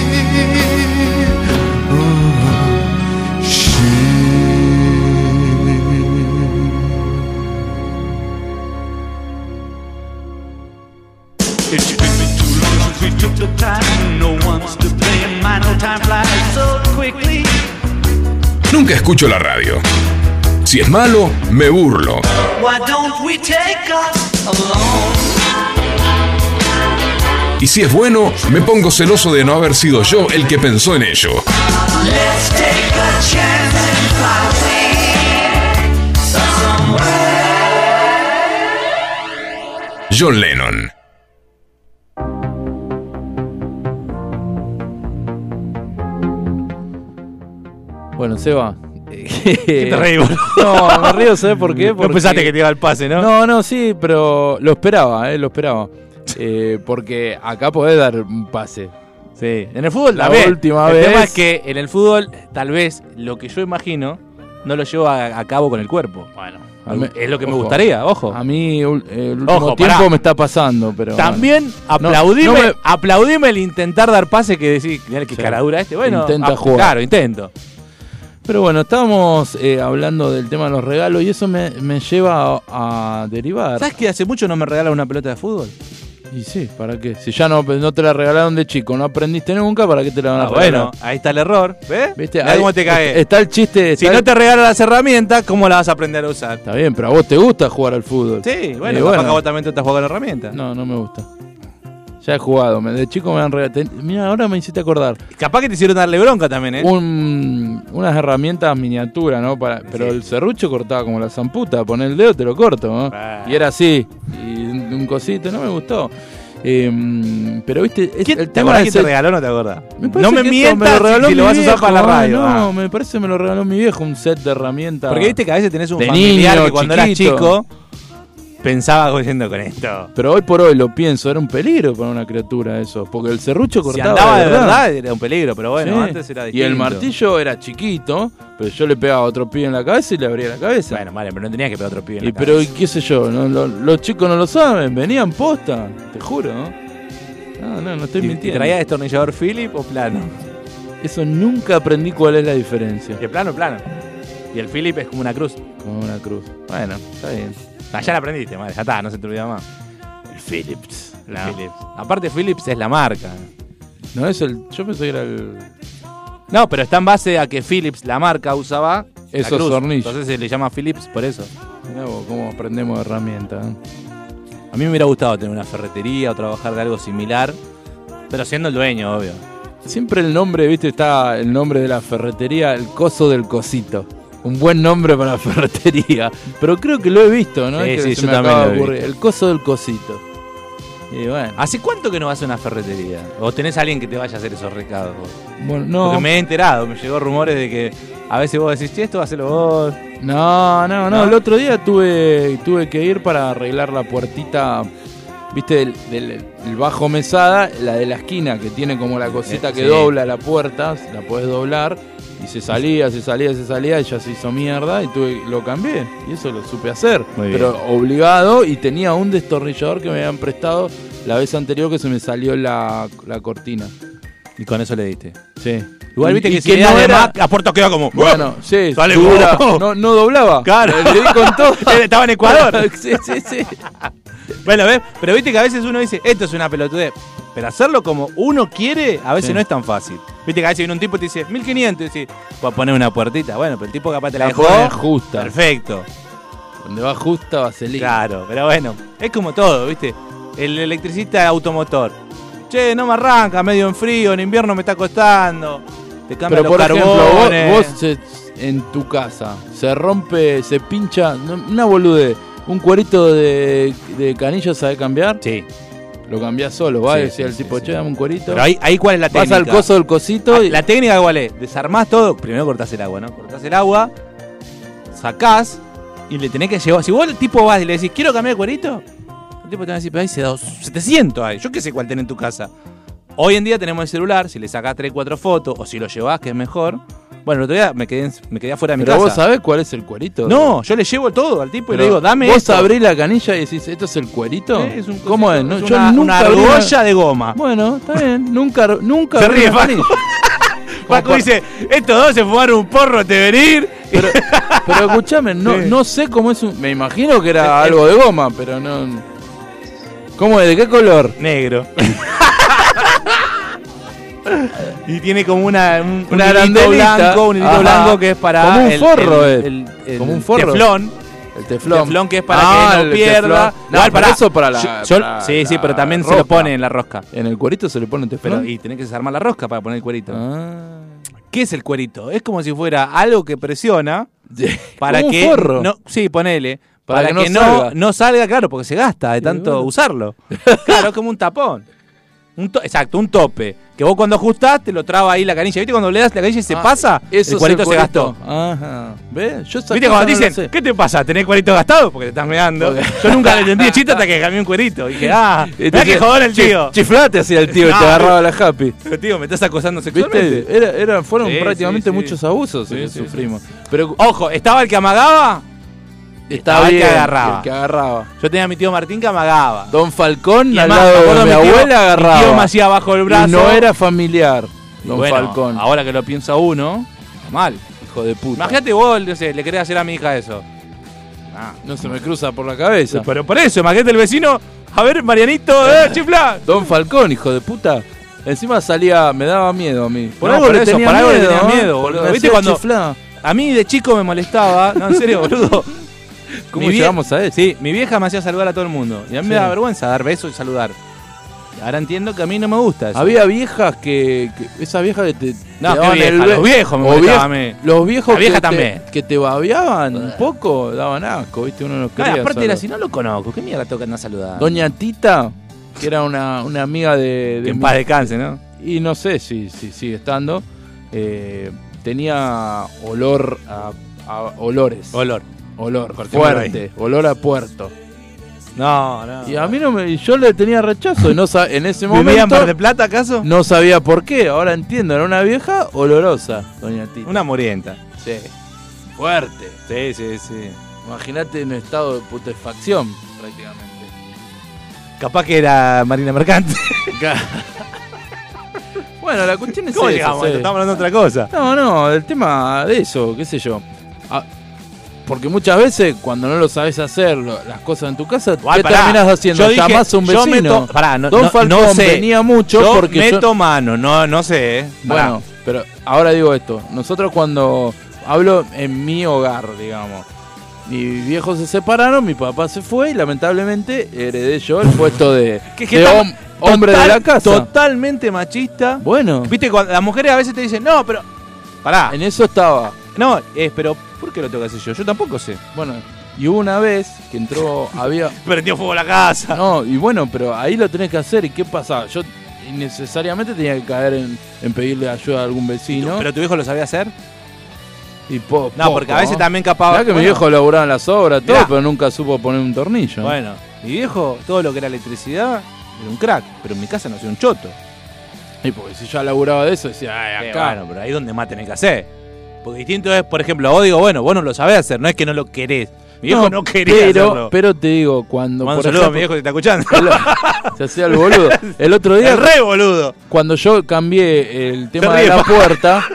She. Oh, she. It should be too long since we took the time. No one's to blame. I know time flies so quickly. Nunca escucho la radio. Si es malo, me burlo. Why don't we take us along? Y si es bueno, me pongo celoso de no haber sido yo el que pensó en ello. John Lennon. Bueno, Seba. Te reí, boludo. No, me río, ¿sabes por qué? No Porque- pensaste que te iba el pase, ¿no? No, no, sí, pero lo esperaba, eh, lo esperaba. Eh, porque acá podés dar un pase. Sí. En el fútbol, La tal vez. última El vez. tema es que en el fútbol, tal vez, lo que yo imagino, no lo llevo a, a cabo con el cuerpo. Bueno, A mí- es lo que me ojo. gustaría, ojo. A mí ul- el último Ojo, tiempo pará. me está pasando, pero. También No, aplaudime, no me- aplaudime el intentar dar pase que decís, mirá qué Sí. caradura este. Bueno, Intenta ah, jugar. Claro, intento. Pero bueno, estábamos eh, hablando del tema de los regalos y eso me, me lleva a, a derivar. ¿Sabes que hace mucho no me regalan una pelota de fútbol? Y sí, ¿para qué? Si ya no, no te la regalaron de chico, no aprendiste nunca, ¿para qué te la van a Ah, regalar? bueno, ahí está el error. ¿Ves? ¿Viste? Mirá Ahí cómo te caes. Está el chiste. Si está no el- te regalan las herramientas, ¿cómo las vas a aprender a usar? Está bien, pero a vos te gusta jugar al fútbol. Sí, bueno, Y capaz que a vos también te estás jugando herramientas. No, no me gusta. Ya he jugado, me- de chico me han regalado. Mira, ahora me hiciste acordar. Capaz que te hicieron darle bronca también, ¿eh? Un- unas herramientas miniatura, ¿no? Para, pero el serrucho cortaba como la zamputa, poner el dedo te lo corto, ¿no? Ah. Y era así, y un un cosito, no me gustó. Eh, pero viste, es- ¿Quién- el ¿Te tema acordás es quién te el- regaló o no te acordás? parece no me que esto mientas me lo regaló si mi lo vas a usar viejo, para la ah, radio. No, ah. me parece me lo regaló mi viejo, un set de herramientas. Porque viste que a veces tenés un De familiar niño, que cuando chiquito. eras chico pensaba diciendo con esto. Pero hoy por hoy lo pienso, era un peligro para una criatura eso, porque el serrucho Si cortaba andaba de verdad era un peligro, pero bueno, Sí. antes era Y distinto. el martillo era chiquito, pero yo le pegaba otro pie en la cabeza y le abría la cabeza. Bueno, vale, pero no tenía que pegar otro pibe en y la pero cabeza. qué sé yo, no, lo- los chicos no lo saben, venían posta, te juro. ¿no? No, no, no estoy ¿Y- y mintiendo. traía destornillador Philip o plano? Eso nunca aprendí cuál es la diferencia. De plano, plano. Y el Philip es como una cruz. Como una cruz. Bueno, Está bien. Ah, ya la aprendiste, madre, ya está, no se te olvida más. El Phillips. El Philips. Aparte, Philips es la marca. No es el. Yo pensé que era el. No, pero está en base a que Philips, la marca, usaba la Esos cruz. tornillos. Entonces se le llama Philips por eso. Mirá vos, cómo aprendemos herramientas. ¿eh? A mí me hubiera gustado tener una ferretería o trabajar de algo similar, pero siendo el dueño, obvio. Siempre el nombre, viste, está el nombre de la ferretería, el coso del cosito. Un buen nombre para la ferretería. Pero creo que lo he visto, ¿no? Sí, Es que sí, se yo me también acaba lo de he Ah, ocurrir. El coso del cosito. Y bueno. ¿Hace cuánto que no vas a una ferretería? ¿O tenés a alguien que te vaya a hacer esos recados? vos? Bueno, Porque no, me he enterado, me llegó rumores de que a veces vos decís, che, esto hacelo vos. no, no, no, ¿No? El otro día tuve, tuve que ir para arreglar la puertita, viste, del, del- el bajo mesada, la de la esquina, que tiene como la cosita Eh, que sí. dobla la puerta, la podés doblar. Y se salía, se salía, se salía, y ya se hizo mierda y tuve, lo cambié. Y eso lo supe hacer. Muy bien. pero obligado y tenía un destornillador que me habían prestado la vez anterior que se me salió la, la cortina. Y con eso le diste. Sí. Igual Y- viste y que si le das de más, a Puerto quedó como. Bueno, sí, Dale, dura. vos. No, no doblaba. Claro. Le di con todo. Estaba en Ecuador. sí, sí, sí. bueno, ¿ves? Pero viste que a veces uno dice, esto es una pelotudez. Pero hacerlo como uno quiere, a veces Sí. no es tan fácil. Viste que a veces viene un tipo y te dice, 1500, y decís, voy a poner una puertita. Bueno, pero el tipo capaz te la, La dejó. pone justa. Perfecto. Donde va justa vaselina. Claro, pero bueno, es como todo, ¿viste? El electricista automotor. Che, no me arranca, medio en frío, en invierno me está costando. Te cambia Pero los por ejemplo, carbones. vos, vos se- en tu casa se rompe, se pincha, no- una boludez, un cuerito de, de canilla sabe cambiar, Sí, lo cambiás solo, va, Sí, y decía sí, el sí, tipo, sí. che, dame un cuerito. pero ahí, ahí cuál es la Vas técnica. al coso del cosito Ah, y La técnica cuál es, desarmás todo, primero cortás el agua, ¿no? Cortás el agua, sacás y le tenés que llevar. Si vos el tipo vas y le decís, quiero cambiar el cuerito, el tipo te va a decir, pero ahí se da 700 ahí, yo qué sé cuál tenés en tu casa. Hoy en día tenemos el celular, si le sacás 3, 4 fotos o si lo llevás, que es mejor. Bueno, el otro día me quedé, en- me quedé afuera de mi Pero vos casa. sabés cuál es el cuerito. no, yo le llevo todo al tipo Pero y le digo, dame Vos esto". abrís la canilla y decís, ¿esto es el cuerito? Eh, es un ¿Cómo es? No, es yo una, nunca una abrí una- argolla de goma. Bueno, está bien. Nunca, nunca. Se abrí ríe, la Paco. canilla. Paco Como dice, estos dos se fumaron un porro te venir. Pero, pero escúchame, no, Sí. no sé cómo es un. Me imagino que era algo de goma, pero no. ¿Cómo es? ¿De qué color? Negro. y tiene como una, un, un Una hilito arandelita. blanco, un hilito Ajá. blanco que es para Como un el, forro, el- eh. el- el Como un forro. teflón. El teflón. Teflón que es para Ah, que el no pierda. teflón. No, Igual, para pará. eso para la. Yo- yo- para sí, sí, la pero también se lo ropa. pone en la rosca. En el cuerito se le pone teflón. Pero, y tenés que desarmar la rosca para poner el cuerito. Ah. ¿Qué es el cuerito? Es como si fuera algo que presiona para Como un que forro. no, sí, ponele, Para para, que que, no no, salga. no salga, claro, porque se gasta de tanto bueno. usarlo. Claro, es como un tapón. Un to- exacto, un tope. Que vos cuando ajustás te lo traba ahí la canilla. ¿Viste cuando le das la canilla y se Ah, pasa? Eso el cuerito se gastó. Ajá. ¿Ves? Yo esa ¿Viste cosa cuando no la dicen, sé. ¿qué te pasa? ¿Tenés cuerito gastado? Porque te estás meando. Yo nunca le entendí el chiste hasta que cambié un cuerito. Y dije, ah, mirá que jodón el Este Chi- tío. Chiflate hacía el tío y te No. agarraba la happy. Pero tío, me estás acosando sexualmente. ¿Viste? Era, era- fueron Sí, prácticamente sí, sí. muchos abusos que sí, sufrimos. Pero Ojo, ¿estaba el que amagaba? estaba el que agarraba. el que agarraba. Yo tenía a mi tío Martín que amagaba. Don Falcón Y al además, me lado acuerdo de mi tío- abuela agarraba. Mi tío me hacía bajo el brazo. Y no era familiar, Y Don bueno, Falcón. Ahora que lo piensa uno, está mal. hijo de puta. Imagínate vos, no sé, le querés hacer a mi hija eso. Ah. No se me cruza por la cabeza. Pero por eso, imagínate el vecino. A ver, Marianito, eh, chifla. Don Falcón, hijo de puta. Encima salía, me daba miedo a mí. Por No, algo por le eso, tenía por algo le miedo, tenía ¿eh? miedo, Porque boludo. me ¿Viste hacía cuando- chiflar. A mí de chico me molestaba. No, en serio, boludo. ¿Cómo vie- llegamos a eso? Sí, mi vieja me hacía saludar a todo el mundo. Y a mí me Sí. da vergüenza dar besos y saludar. Ahora entiendo que a mí no me gusta eso. Había viejas que, que- Esas viejas que te. No, te qué daban vieja, el be- los viejos me o molestaban vie- a mí. Los viejos La vieja que, también. Te, que te babeaban un poco, daban asco, ¿viste? Uno no No, quería. aparte solo. era si no lo conozco, ¿qué mierda toca andar saludar? Doña Tita, que era una, una amiga de. que de en mi- paz descanse, ¿no? y no sé si, si sigue estando. eh, tenía olor a, a olores. Olor. olor Cortémoslo fuerte. Olor a puerto. No, no. Y a mí no me. Yo le tenía rechazo. Y no sa- en ese Ah. ¿Vivía en Mar momento. del Plata acaso? No sabía por qué, ahora entiendo, era una vieja olorosa, doña Tita. Una morienta. Sí. Fuerte. Sí, sí, sí. Imagínate en estado de putefacción, prácticamente. Capaz que era Marina Mercante. Bueno, la cuestión es ¿Cómo esa, llegamos? a sí. esto? Estamos hablando de otra cosa. No, no, el tema de eso, qué sé yo. Ah, porque muchas veces cuando no lo sabes hacer lo- las cosas en tu casa, Igual, ¿qué pará. terminas haciendo? Yo dije, Llamás a un yo vecino. meto- pará, no- Don no- Falcón no sé. venía mucho Yo porque yo- meto mano, no, no sé, eh. Pará. Bueno, pero ahora digo esto. Nosotros cuando hablo en mi hogar, digamos. Mis viejos se separaron, mi papá se fue y lamentablemente heredé yo el puesto de, Que- que de estamos- hom- hombre de Total- la casa. Totalmente machista. Bueno, Viste, cuando las mujeres a veces te dicen, no, pero. Pará. en eso estaba. No, es, pero ¿por qué lo tengo que hacer yo? Yo tampoco sé. Bueno, y hubo una vez que entró, había... Prendió fuego la casa. No, y bueno, pero ahí lo tenés que hacer. ¿Y qué pasa? Yo necesariamente tenía que caer en, en pedirle ayuda a algún vecino. ¿Pero tu viejo lo sabía hacer? y po- No, porque a poco. veces también capaz. Mirá que mi Bueno, viejo laburaba en las obras, todo, Mirá. pero nunca supo poner un tornillo. Bueno, mi viejo, todo lo que era electricidad, era un crack. Pero en mi casa no hacía un choto. Eh, Y porque si ya laburaba de eso, decía, ay, Eh, acá. Bueno, pero ahí es donde más tenés que hacer. Porque distinto es, por ejemplo, vos digo, bueno, vos no lo sabés hacer, no es que no lo querés. Mi viejo no, quería pero, hacerlo. pero te digo, cuando. Mando un por saludo a mi ejemplo, viejo que está escuchando. Se hacía el boludo. El otro día, El re boludo. cuando yo cambié el tema de ríe, la pa. puerta.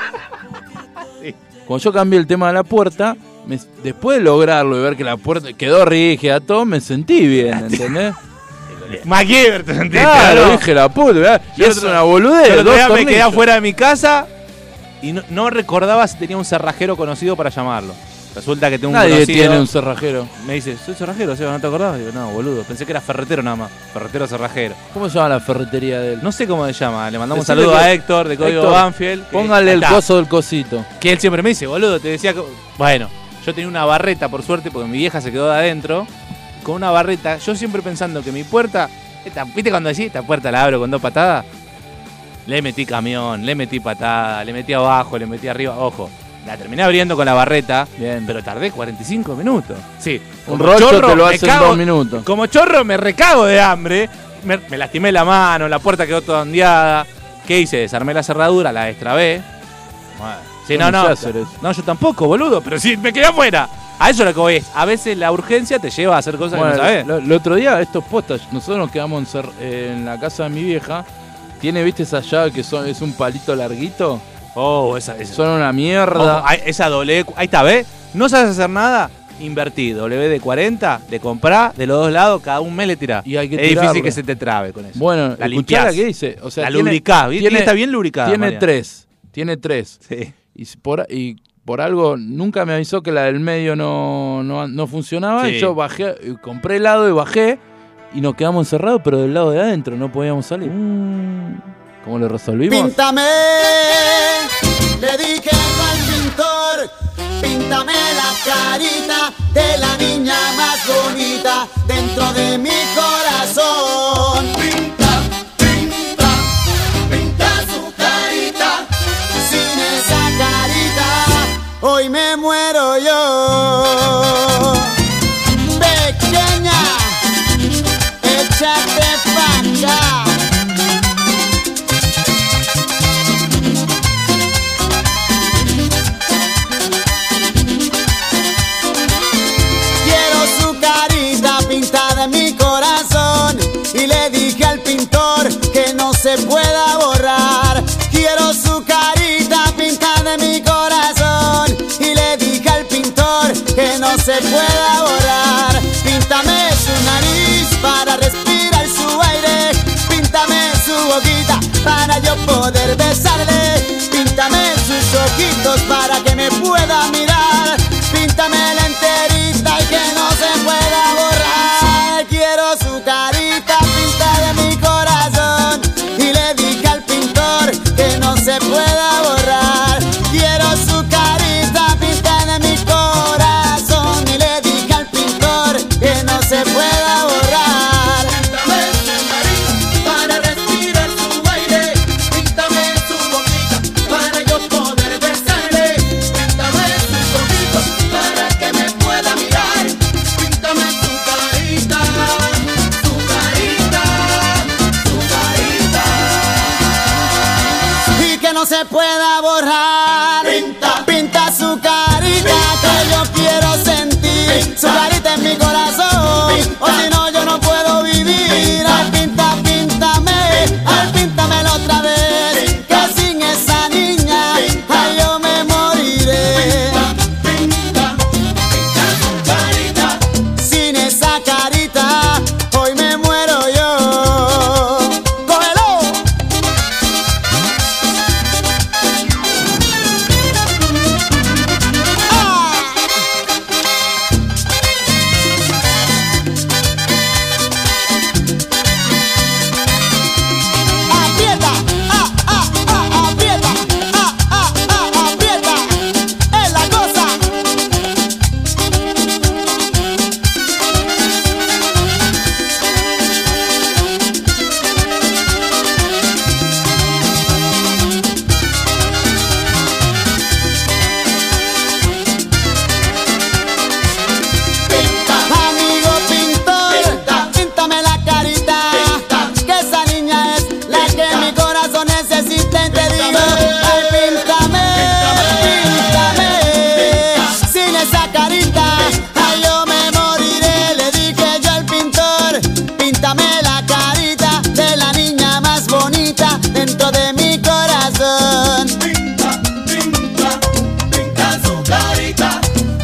Cuando yo cambié el tema de la puerta, me- después de lograrlo y ver que la puerta quedó rígida, todo, me sentí bien, ¿entendés? MacGyver, te sentiste. Claro, ¿no? dije la puta, ¿verdad? Yo es otro- una Yo el boludez. otro dos día me quedé tornillos. afuera de mi casa y no, no recordaba si tenía un cerrajero conocido para llamarlo. Resulta que tengo un Nadie conocido. tiene un cerrajero. Me dice, soy cerrajero, Seba, ¿no te acordás? Digo, no, boludo, pensé que era ferretero nada más. Ferretero, cerrajero. ¿Cómo se llama la ferretería de él? No sé cómo se llama. Le mandamos Decirle un saludo que- a Héctor de Código Héctor, Banfield. que- Póngale Ahí el está. coso del cosito. Que él siempre me dice, boludo, te decía que... Bueno, yo tenía una barreta, por suerte, porque mi vieja se quedó de adentro. Con una barreta, yo siempre pensando que mi puerta... esta- ¿Viste cuando decís, esta puerta la abro con dos patadas? Le metí camión, le metí patada, le metí abajo, le metí arriba. Ojo, la terminé abriendo con la barreta, Bien. pero tardé 45 minutos. Sí, Un como rollo te lo me hace en cago- dos minutos. Como chorro me recago de hambre. Me, me lastimé la mano, la puerta quedó toda ondeada. ¿Qué hice? Desarmé la cerradura, la destrabé. Sí, Yo no, no no. sé hacer eso. No, yo tampoco, boludo, pero sí, me quedé afuera. A eso es lo que voy es. A veces la urgencia te lleva a hacer cosas Bueno, que no sabes. lo- el otro día, estos postas, nosotros nos quedamos en, cer- en la casa de mi vieja. Tiene, viste, esa llave que son, es un palito larguito. Oh, esa, esa. Son una Ojo, mierda. ahí- esa doble. Ahí está, ¿ves? No sabes hacer nada. Invertí, W de 40, le comprá de los dos lados, cada un mes le tirás. Y hay que es tirarle. difícil que se te trabe con eso. bueno, la escuchá limpiás. la que dice. O sea, la tiene- lubricás, ¿viste? tiene- está bien lubricada. Tiene Mariano. tres. Tiene tres. Sí. Y, s- por, a- y por algo nunca me avisó que la del medio no, no, no funcionaba. Sí. Y yo bajé, eh, compré helado y bajé. Y nos quedamos encerrados, pero del lado de adentro no podíamos salir. Mm. ¿Cómo lo resolvimos? Píntame, le dije al pintor, píntame la carita de la niña más bonita dentro de mi corazón. Pinta, pinta, pinta su carita, sin esa carita hoy me muero yo. Pequeña, échate pa' acá. Quiero su carita pintada en mi corazón y le dije al pintor que no se pueda borrar. Quiero su carita pintada en mi corazón y le dije al pintor que no se pueda borrar. Píntame su nariz para respirar su aire, píntame su boquita para yo poder besarle, píntame sus ojitos para que me pueda mirar, píntame la enterita y que no se pueda borrar. Quiero su carita pintada en mi corazón y le dije al pintor que no se pueda borrar. Quiero su carita pintada en mi corazón y le dije al pintor que no se pueda borrar. Píntame su nariz para respirar su aire, píntame su boquita para yo poder besarle, píntame sus ojitos para que me pueda mirar, píntame su carita, su carita, su carita y que no se pueda borrar. Pinta, pinta su carita que yo quiero sentir, su carita en mi corazón, o si no yo no puedo vivir. Al pinta, píntame, al píntamelo otra vez, que sin esa niña ay, yo me moriré. Sin esa carita, hoy me muero yo. ¡Cógelo! ¡Ah! Aprieta, ah, ah, ah, aprieta, ah, ah, ah, aprieta, es la cosa. Amigo pintor, píntame la carita Que esa niña es la que mi corazón necesita Y te digo, ay píntame, píntame Sin esa carita, ay yo me moriré Le dije yo al pintor, píntame la carita De la niña más bonita dentro de mi corazón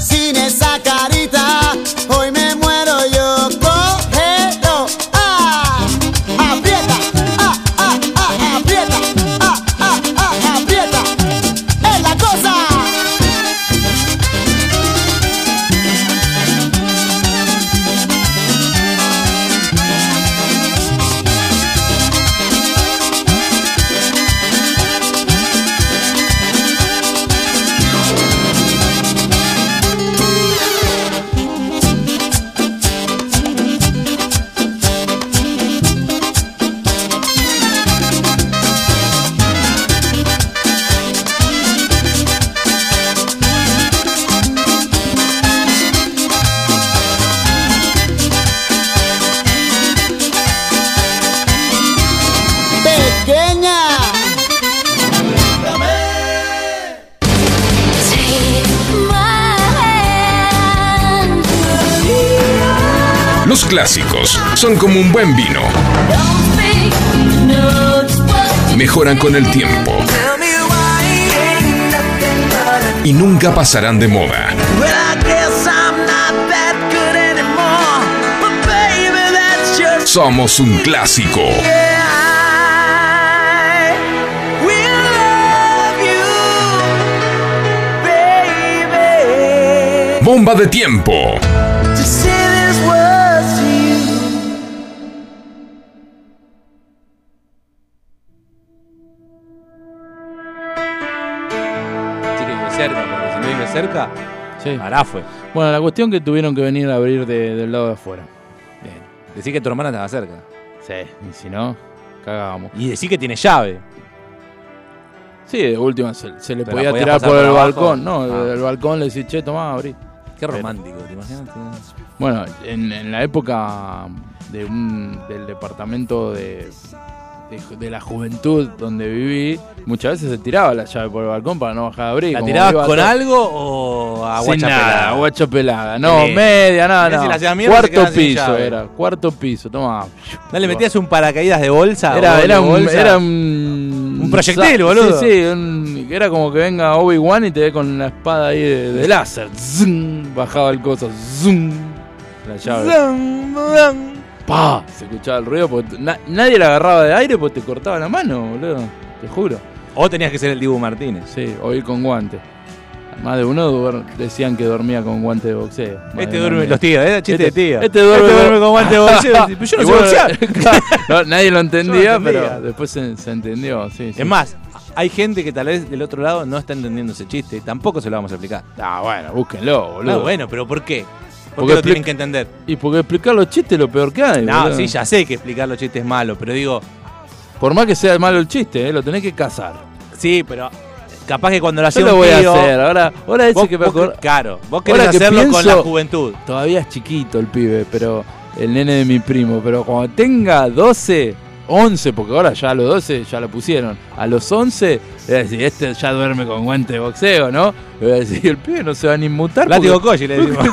Sin esa carita, hoy me muero yo. Cógelo, ah, aprieta, ah, ah, ah, aprieta, ah, ah, ah, aprieta. Es la cosa. Pequeña. Los clásicos son como un buen vino, mejoran con el tiempo y nunca pasarán de moda. Somos un clásico. I will love you, baby. bomba de tiempo. to say these words to you. Así que vive cerca, porque si no vive cerca, Sí. hará fue. Bueno, la cuestión que tuvieron que venir a abrir de- del lado de afuera. Bien. Decí que tu hermana estaba cerca. Sí. Y si no, cagábamos. Y decí que tiene llave. Sí, de última se, se le Pero podía podías tirar pasar por por el abajo. balcón. No, Ah. del balcón le decís, che, tomá, abrí. Qué romántico, ¿te imaginas? Bueno, en, en la época de un, del departamento de, de, ju- de la juventud donde viví, muchas veces se tiraba la llave por el balcón para no bajar a abrir. ¿La como tirabas iba con todo- algo o a sin guacha nada, pelada? guacha pelada. No, Sí. media, nada, Mirá si la nada. hacías mierda, se cuarto quedaban sin piso llave. era, cuarto piso, toma. ¿No le metías un paracaídas de bolsa? Era, o era, de un, bolsa? era un. Un proyectil, boludo. Sí, sí, un- era como que venga Obi-Wan y te dé con la espada ahí de, de láser. Zum, bajaba el coso. Zum, la llave. ¡Pah! Se escuchaba el ruido porque na- nadie la agarraba de aire porque te cortaba la mano, boludo. Te juro. O tenías que ser el Dibu Martínez. Sí, o ir con guante. Más de uno duer- decían que dormía con guante de boxeo. Más de Este uno duerme mía. los tíos, ¿eh? Este- Chiste de tío. este duerme- con guante de bolseo. Pero yo no Y sé bueno, boxear. claro, nadie lo entendía, entendía. pero después se, se entendió. Sí, sí. Es más, hay gente que tal vez del otro lado no está entendiendo ese chiste. Tampoco se lo vamos a explicar. Ah, bueno, búsquenlo, boludo. Ah, bueno, pero ¿por qué? ¿Por Porque qué lo tienen expli- que entender? Y porque explicar los chistes es lo peor que hay. No, boludo. sí, ya sé que explicar los chistes es malo, pero digo, Por más que sea malo el chiste, eh, lo tenés que cazar. sí, pero capaz que cuando lo Yo hacía lo un voy a tío, hacer. Ahora, ahora dice vos- que me vos- acor- Claro, vos querés Ahora que hacerlo con la pienso- juventud. Todavía es chiquito el pibe, pero el nene de mi primo. Pero cuando tenga 12, 11, porque ahora ya a los 12 ya lo pusieron. A los 11, es decir, este ya duerme con guante de boxeo, ¿no? Le voy a decir, el pibe no se va a ni mutar. Látigo Coche le decimos.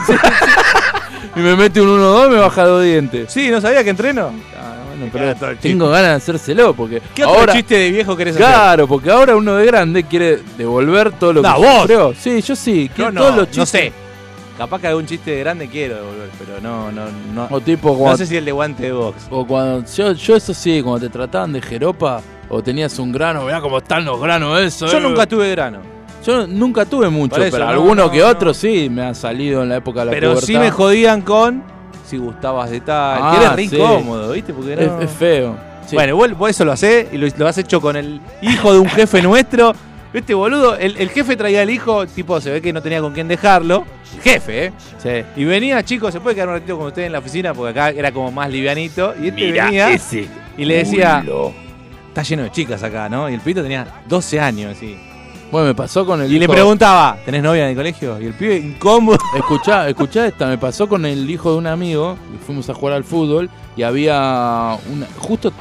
Y me mete un 1-2 me baja dos dientes. sí, ¿no sabía que entreno? Ah, bueno, Mirá, pero todo el tengo ganas de hacérselo porque ¿Qué otro ahora chiste de viejo querés hacer? Claro, porque ahora uno de grande quiere devolver todo lo No, que vos. sufrió. Sí, yo sí. Yo quiero no, todos los no chistes. sé. Capaz que algún chiste de grande quiero devolver, pero no, no, no. O tipo cuando, No sé si el de guante de box. o cuando yo, yo eso sí, cuando te trataban de jeropa o tenías un grano, mirá cómo están los granos eso. Yo eh. nunca tuve grano. yo nunca tuve mucho, Por eso, pero no, alguno no, que no. otro sí me ha salido en la época de la Pero pubertad. sí me jodían con si gustabas de tal. Ah, que eres re sí. incómodo, ¿viste? Porque Es- no- es, feo. Sí. Bueno, igual vos eso lo hacés y lo, lo has hecho con el hijo de un jefe nuestro. Este boludo, el, el jefe traía al hijo, tipo, se ve que no tenía con quién dejarlo. El jefe, ¿eh? Sí. Y venía, chicos, ¿se puede quedar un ratito con ustedes en la oficina? Porque acá era como más livianito. Y este venía y le decía, está lleno de chicas acá, ¿no? Y el pibito tenía 12 años, así. Bueno, me pasó con el Y le hijo- preguntaba, ¿tenés novia en el colegio? Y el pibe incómodo. Escuchá, escuchá esta, me pasó con el hijo de un amigo, y fuimos a jugar al fútbol y había una, justo, eh,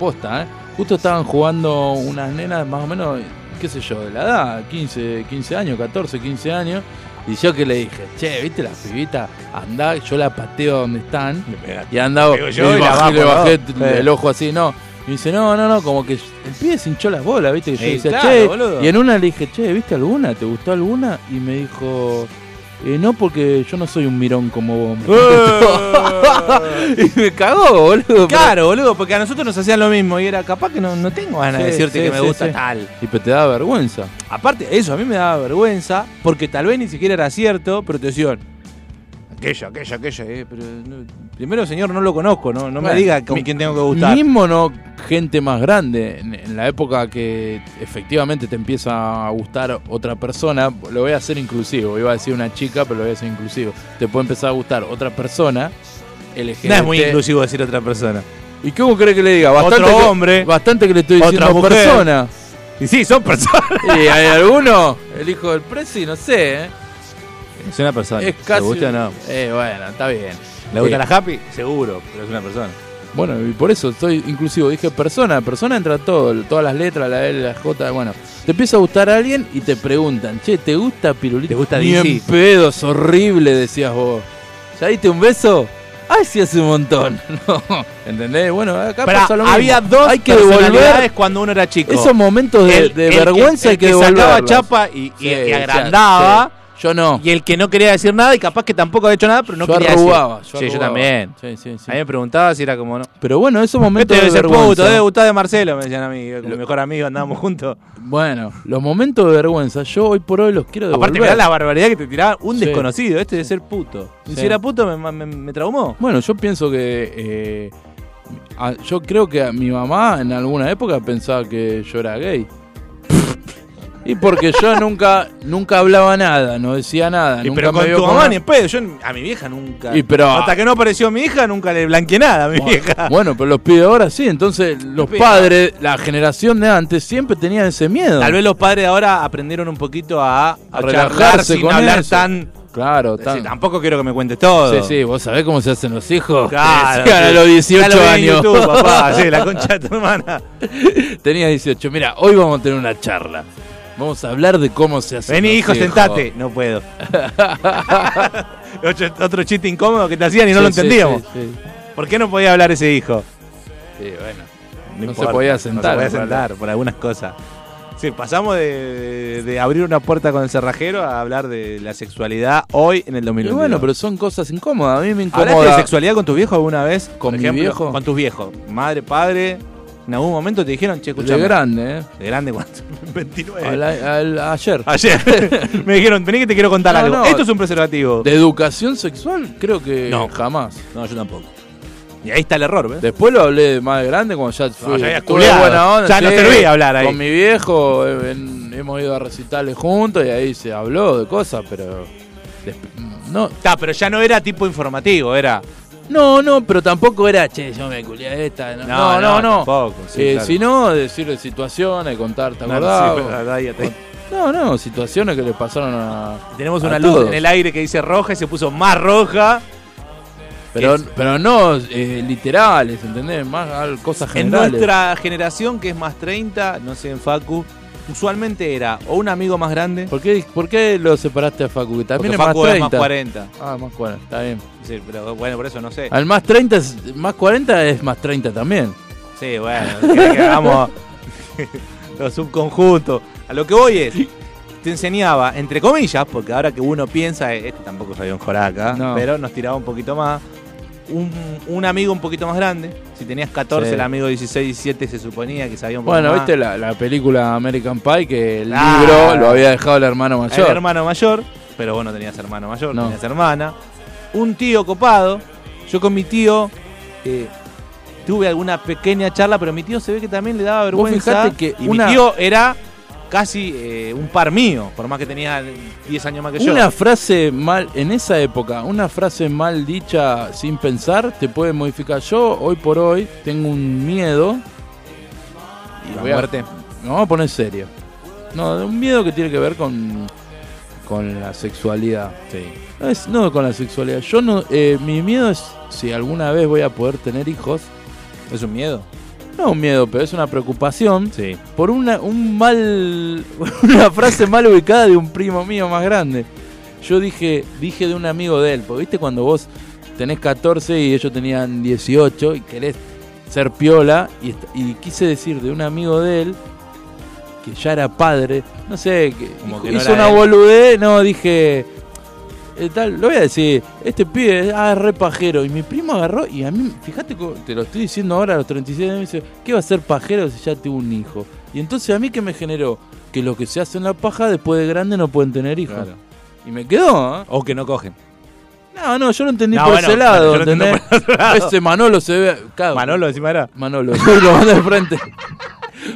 posta, ¿eh? justo estaban jugando unas nenas más o menos, qué sé yo, de la edad, 15, 15 años, 14, 15 años, y yo que le dije, che, viste la pibita, andá, yo la pateo donde están, y andaba, pego yo le y la bajé, bajo, le ¿no? bajé Sí. el ojo así, no. Y dice, no, no, no, como que el pibe se hinchó las bolas, viste, que yo Sí, decía, claro, che, boludo. y en una le dije, che, ¿viste alguna? ¿Te gustó alguna? Y me dijo, "Eh, no, porque yo no soy un mirón como vos. me contestó. y me cagó, boludo. pero- Claro, boludo, porque a nosotros nos hacían lo mismo y era capaz que no, no tengo ganas de Sí, decirte sí, que me sí, gusta sí. tal. Y pe- te da vergüenza. Aparte, eso a mí me daba vergüenza, porque tal vez ni siquiera era cierto, pero te decían, aquella, aquella, aquella, eh, pero no- primero señor no lo conozco, no, no me Bueno, diga con mi- quién tengo que gustar. Mismo no gente más grande, en, en la época que efectivamente te empieza a gustar otra persona, lo voy a hacer inclusivo, iba a decir una chica, pero lo voy a hacer inclusivo. Te puede empezar a gustar otra persona, LGBT. No es muy inclusivo decir otra persona. ¿Y cómo crees que le diga? Bastante Otro que- hombre. Bastante que le estoy Otra diciendo mujer. persona. Y sí, son personas. Y hay alguno, el hijo del presi, no sé, ¿eh? Es una persona. es casi. ¿Le gusta o no? Eh, bueno, está bien. ¿Le gusta Eh, la happy? Seguro, pero es una persona. Bueno, y por eso estoy inclusivo, dije persona, persona entra todo, todas las letras, la L, la J, bueno. Te empieza a gustar a alguien y te preguntan, che, ¿te gusta pirulito? ¿Te gusta Ni DC? en pedos, horrible, decías vos. ¿Ya diste un beso? Ay, sí hace un montón. No, ¿entendés? Bueno, acá Pará, pasó lo mismo. había dos Hay que personalidades devolver cuando uno era chico. esos momentos de, El- de el- vergüenza el- hay que el que devolverlos. sacaba chapa y, y- Sí, y sí, agrandaba. sí. Yo no. Y el que no quería decir nada y capaz que tampoco había hecho nada, pero no yo quería arrugaba. decir. yo sí, yo arrugaba. también. Sí, sí, sí. A mí me preguntaba si era como no. Pero bueno, esos Este momentos de debe ser vergüenza. puto, debe gustar de Marcelo, me decían a mí, con mi Lo- mejor amigo andábamos juntos. Bueno, los momentos de vergüenza, yo hoy por hoy los quiero devolver. Aparte, mirá la barbaridad que te tiraba un Sí. desconocido, este debe ser puto. Y Sí. Si era puto, me, me- me traumó. Bueno, yo pienso que. eh, a- yo creo que a mi mamá en alguna época pensaba que yo era gay. Y porque yo nunca nunca hablaba nada, no decía nada. nunca Y Eh, pero me con vio tu mamá una- ni en pedo, yo a mi vieja nunca. Y pero- ah. hasta que no apareció mi hija, nunca le blanqueé nada a mi vieja. Bueno, pero los pibes ahora sí, entonces los pibes. padres, la generación de antes, siempre tenían ese miedo. Tal vez los padres ahora aprendieron un poquito a, a A charlar relajarse sin con hablar eso. tan. Claro, tan- Sí, tampoco quiero que me cuentes todo. Sí, sí, vos sabés cómo se hacen los hijos. Claro, Sí, a los sí. 18 Ya lo vi en años. YouTube, papá, sí, la concha de tu hermana. Tenía 18. Mira, hoy vamos a tener una charla. Vamos a hablar de cómo se hace. Vení, hijo, sentate. No puedo. otro, otro chiste incómodo que te hacían y no lo entendíamos. ¿Por qué no podía hablar ese hijo? bueno. No, se importa, podía No sentar, se podía por sentar por algunas cosas. Sí, pasamos de, de abrir una puerta con el cerrajero a hablar de la sexualidad hoy en el Y 2021. bueno, pero son cosas incómodas. A mí me ¿Hablaste de incomoda. sexualidad con tu viejo alguna vez? ¿Con Por mi viejo? Con tus viejos. Madre, padre. En algún momento te dijeron, che, escuchame. De grande, ¿eh? De grande, ¿cuánto? 29. Al- al- ayer. Ayer me dijeron, vení que te quiero contar No, algo. no. Esto es un preservativo. De educación sexual, creo que No. jamás. No, yo tampoco. Y ahí está el error, ¿ves? Después lo hablé de más grande cuando ya fui. ya había estuve culiado. Ya no servía hablar ahí. Con mi viejo eh, en- hemos ido a recitales juntos y ahí se habló de cosas, pero. desp- No, Está, pero ya no era tipo informativo, era. no, no, pero tampoco era, che, yo me culé a esta. No, no, no. Tampoco, sí, Eh, claro. Sino decir de situaciones, contar, ¿te No, acordás? sí, pero ahí te- No, no, situaciones que le pasaron a. Tenemos a una luz todos. en el aire que dice roja y se puso más roja. Pero, Es- pero no eh, literales, ¿entendés? Más al- cosas En generales. nuestra generación, que es más 30, no sé, en Facu, usualmente era o un amigo más grande, ¿Por, qué, por qué lo separaste a Facu? Que porque también es Facu más es más 30. 40. ah, más 40, está bien. Sí, pero bueno, por eso no sé. Al más 30, es- más 40 es más 30 también. Sí, bueno, que, que hagamos los subconjuntos. A lo que voy es, te enseñaba, entre comillas, porque ahora que uno piensa, eh, este tampoco es Fabián Joraca, No. pero nos tiraba un poquito más. Un, un amigo un poquito más grande, si tenías 14, Sí. el amigo 16, 17 se suponía que sabía un poco Bueno, más. viste la, la película American Pie que el Ah. libro lo había dejado el hermano mayor. El hermano mayor, pero vos no tenías hermano mayor, No. tenías hermana. Un tío copado. Yo con mi tío eh, tuve alguna pequeña charla, pero mi tío se ve que también le daba Vos vergüenza. fijate que y una- mi tío era casi eh, un par mío, por más que tenía 10 años más que yo. Una frase mal, en esa época, una frase mal dicha sin pensar te puede modificar. Yo hoy por hoy tengo un miedo. Y la voy a- muerte. Me vamos a poner serio. No, de un miedo que tiene que ver con, con la sexualidad. No, es, no con la sexualidad. Yo no, eh, mi miedo es si alguna vez voy a poder tener hijos. ¿Es un miedo? No un miedo, pero es una preocupación Sí. por una, un mal, una frase mal ubicada de un primo mío más grande. Yo dije, dije de un amigo de él, porque viste cuando vos tenés 14 y ellos tenían 18 y querés ser piola, y, est- y quise decir de un amigo de él que ya era padre, no sé, que, Como hijo- que no hizo era una él. boludez, no, dije, eh, tal, lo voy a decir, este pibe ah, es re pajero, y mi primo agarró, y a mí, fíjate, co- te lo estoy diciendo ahora a los 36 años, me dice, ¿qué va a ser pajero si ya tuvo un hijo? Y entonces a mí que me generó que los que se hacen la paja después de grande no pueden tener hijos. Claro. Y me quedó, ¿eh? O que no cogen. No, no, yo lo entendí No, por bueno, ese lado, bueno, yo lo entiendo ¿entendés? Ese Manolo se ve. Cago. Manolo, encima era. Manolo, lo manda de frente.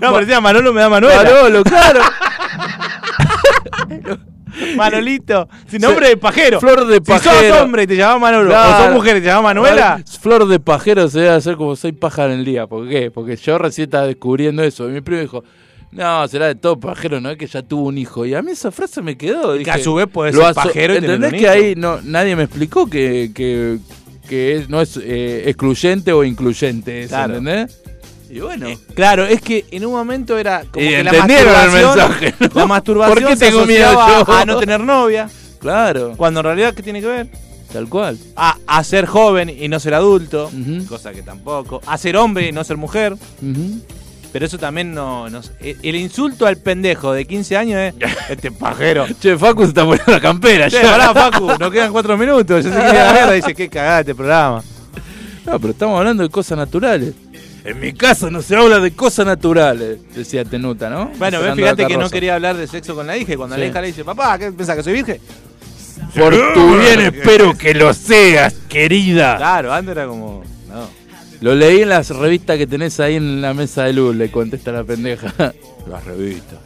No, pero encima Manolo me da Manuela. Manolo, claro. Manolito. Sin nombre de pajero. Flor de Si pajero. sos hombre y te llamás Manolo, o Claro. sos mujer y te llamás Manuela. Flor de pajero se debe hacer como soy paja en el día. ¿Por qué? Porque yo recién estaba descubriendo eso. Y mi primo dijo, no, será de todo pajero, no es que ya tuvo un hijo. Y a mí esa frase me quedó. Que dije, a su vez podés lo ser aso- pajero y tener ¿Entendés un que hijo? ahí no, nadie me explicó que, que, que es- no es eh, excluyente o incluyente eso, Claro. ¿entendés? Y bueno. Eh, Claro, es que en un momento era como Y que la entendieron el masturbación, mensaje, ¿no? la masturbación ¿Por qué se tengo miedo asociaba yo? a no tener novia, Claro, cuando en realidad qué tiene que ver? tal cual. A, a ser joven y no ser adulto, Ujú. cosa que tampoco, a ser hombre y no ser mujer, Pero eso también no, no sé. E, El- El insulto al pendejo de 15 años es. Este pajero. Che, Facu se está poniendo la campera Che, ya. pará, Facu, nos quedan 4 minutos. Yo sé que la mierda dice, qué cagada este programa. No, pero estamos hablando de cosas naturales. En mi casa no se habla de cosas naturales, decía Tenuta, ¿no? Bueno, ves, Fernando fíjate que no Carroza. quería hablar de sexo con la hija. Y cuando la Sí. hija le dice, papá, ¿qué pensás que soy virgen? Por tu bien espero que lo seas, querida. Claro, antes era como. No. Lo leí en las revistas que tenés ahí en la mesa de luz, le contesta la pendeja. Las revistas.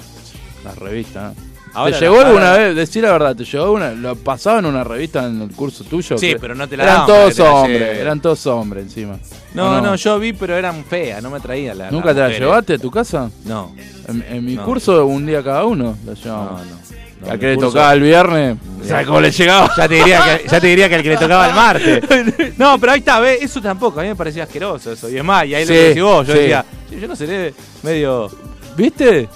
Las revistas. Ahora no, ¿Te llegó ahora alguna no. vez? Decí la verdad, ¿te llegó alguna? ¿Lo pasaba en una revista en el curso tuyo? Sí, Que- pero no te la Eran daban para que todos te la hombres, lleves. eran todos hombres encima. ¿O No, no, yo vi, pero eran feas, no me traía la. ¿Nunca te la mujeres. llevaste a tu casa? No. En, en mi No. curso, un día cada uno la No, llevamos. no. ¿A No, qué le curso- tocaba el viernes? ¿Sabes cómo le llegaba? Ya te diría que, ya te diría que el que le tocaba el martes. No, pero ahí está, ¿ves? Eso tampoco, a mí me parecía asqueroso eso. Y es más, y ahí lo Sí, que decís vos, yo sí. decía, "Che, yo no seré medio. ¿Viste?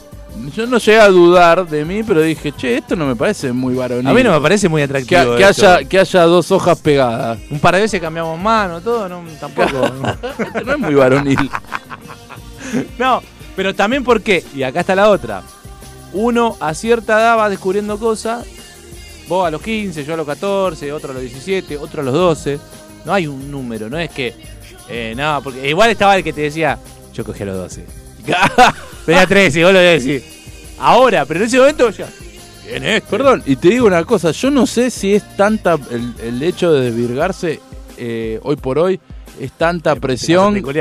Yo no llegué a dudar de mí, pero dije, che, esto no me parece muy varonil. A mí no me parece muy que, atractivo. que esto. haya, que haya dos hojas pegadas. Un par de veces cambiamos mano, todo, no, tampoco. Esto no es muy varonil. no, pero también porque, y acá está la otra. Uno a cierta edad va descubriendo cosas. Vos a los 15, yo a los 14, otro a los 17, otro a los 12. No hay un número, no es que. Eh, no, porque igual estaba el que te decía, yo cogí a los 12. Tenía 13, y vos lo decís. Ahora, pero en ese momento ya. este. Bien, esto. Perdón, y te digo una cosa, yo no sé si es tanta el, el hecho de desvirgarse eh, hoy por hoy, es tanta presión.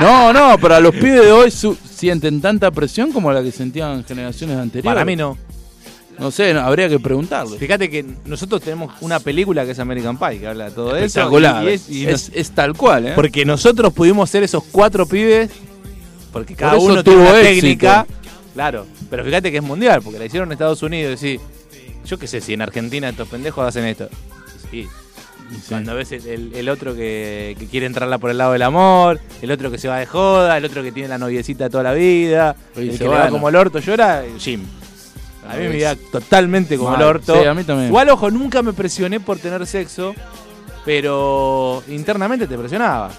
No, no, pero a los pibes de hoy su- sienten tanta presión como la que sentían generaciones anteriores. Para mí no. No sé, no, habría que preguntarle. Fíjate que nosotros tenemos una película que es American Pie, que habla de todo eso. Espectacular. y es- y nos- es, es tal cual, ¿eh? Porque nosotros pudimos ser esos cuatro pibes, porque cada eso uno tuvo tuvo una éxito. técnica. Claro, pero fíjate que es mundial, porque la hicieron en Estados Unidos. Y sí, yo qué sé si en Argentina estos pendejos hacen esto. Sí. Cuando ves el, el- el otro que, que quiere entrarla por el lado del amor, el otro que se va de joda, el otro que tiene la noviecita toda la vida, Y el se que le va, va ¿no? como el orto llora, Jim. A mí me iba totalmente como Mal. el orto. Sí, a mí también. Igual, ojo, nunca me presioné por tener sexo, pero internamente te presionaba.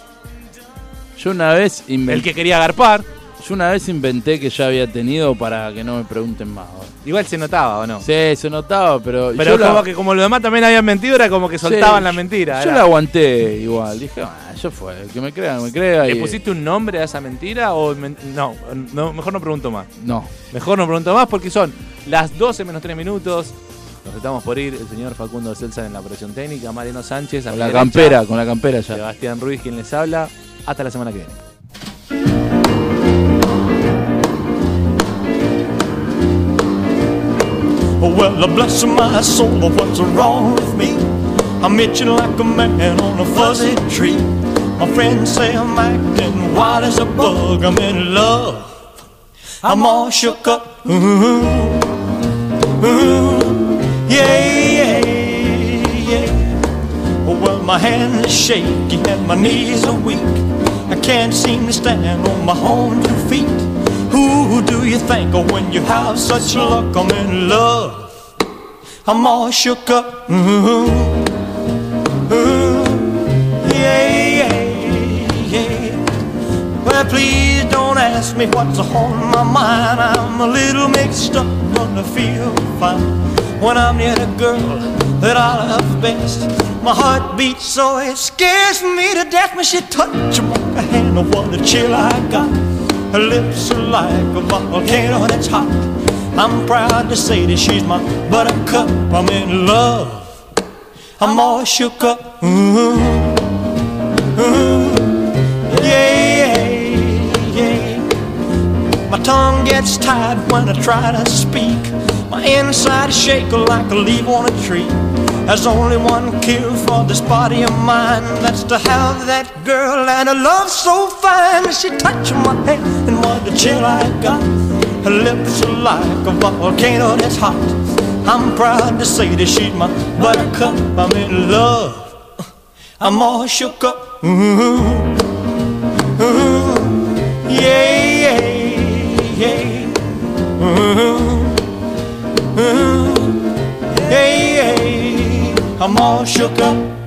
Yo una vez inventé. El que quería agarpar, Yo una vez inventé que ya había tenido para que no me pregunten más. igual se notaba, ¿o no? Sí, se notaba, pero. Ah. Pero yo la- como que como los demás también habían mentido, era como que sí, soltaban la mentira. Yo era. la aguanté igual. Dije, ah, ya fue. El que me crea, me crea. ¿Le y- pusiste un nombre a esa mentira o men- no, no, Mejor no pregunto más. No. Mejor no pregunto más porque son las 12 menos 3 minutos. Nos estamos por ir. El señor Facundo Celsa en la operación técnica, Mariano Sánchez, a Con mi la derecha, campera, con la campera ya. Sebastián Ruiz, quien les habla. Hasta la semana que viene. Oh, well, bless my soul, what's wrong with me? I'm itching like a man on a fuzzy tree. My friends say I'm acting wild as a bug. I'm in love. I'm all shook up. Ooh, ooh, yeah, yeah, yeah. Oh, well, my hands are shaky and my knees are weak. I can't seem to stand on my own two feet. Who do you think of when you have such luck? I'm in love. I'm all shook up. Mm-hmm. Ooh, ooh, Mm-hmm. yeah, yeah, yeah. Well, please don't ask me what's on my mind. I'm a little mixed up, gonna feel fine when I'm near the girl that I love best. My heart beats so it scares me to death when she touches my hand. Oh, what a chill I got. Her lips are like a volcano that's hot. I'm proud to say that she's my buttercup. I'm in love. I'm all shook up. Mm-hmm. Ooh, ooh. Yeah, yeah, yeah. My tongue gets tied when I try to speak. My inside is shaking like a leaf on a tree. There's only one cure for this body of mine. That's to have that girl and her love so fine. She touched my hand and what a chill I got. Her lips are like a volcano that's hot. I'm proud to say that she's my buttercup. I'm in love. I'm all shook up. Mm-hmm. Ooh. Ooh, yeah, yeah, yeah. Ooh, ooh, yeah, yeah. I'm all shook up.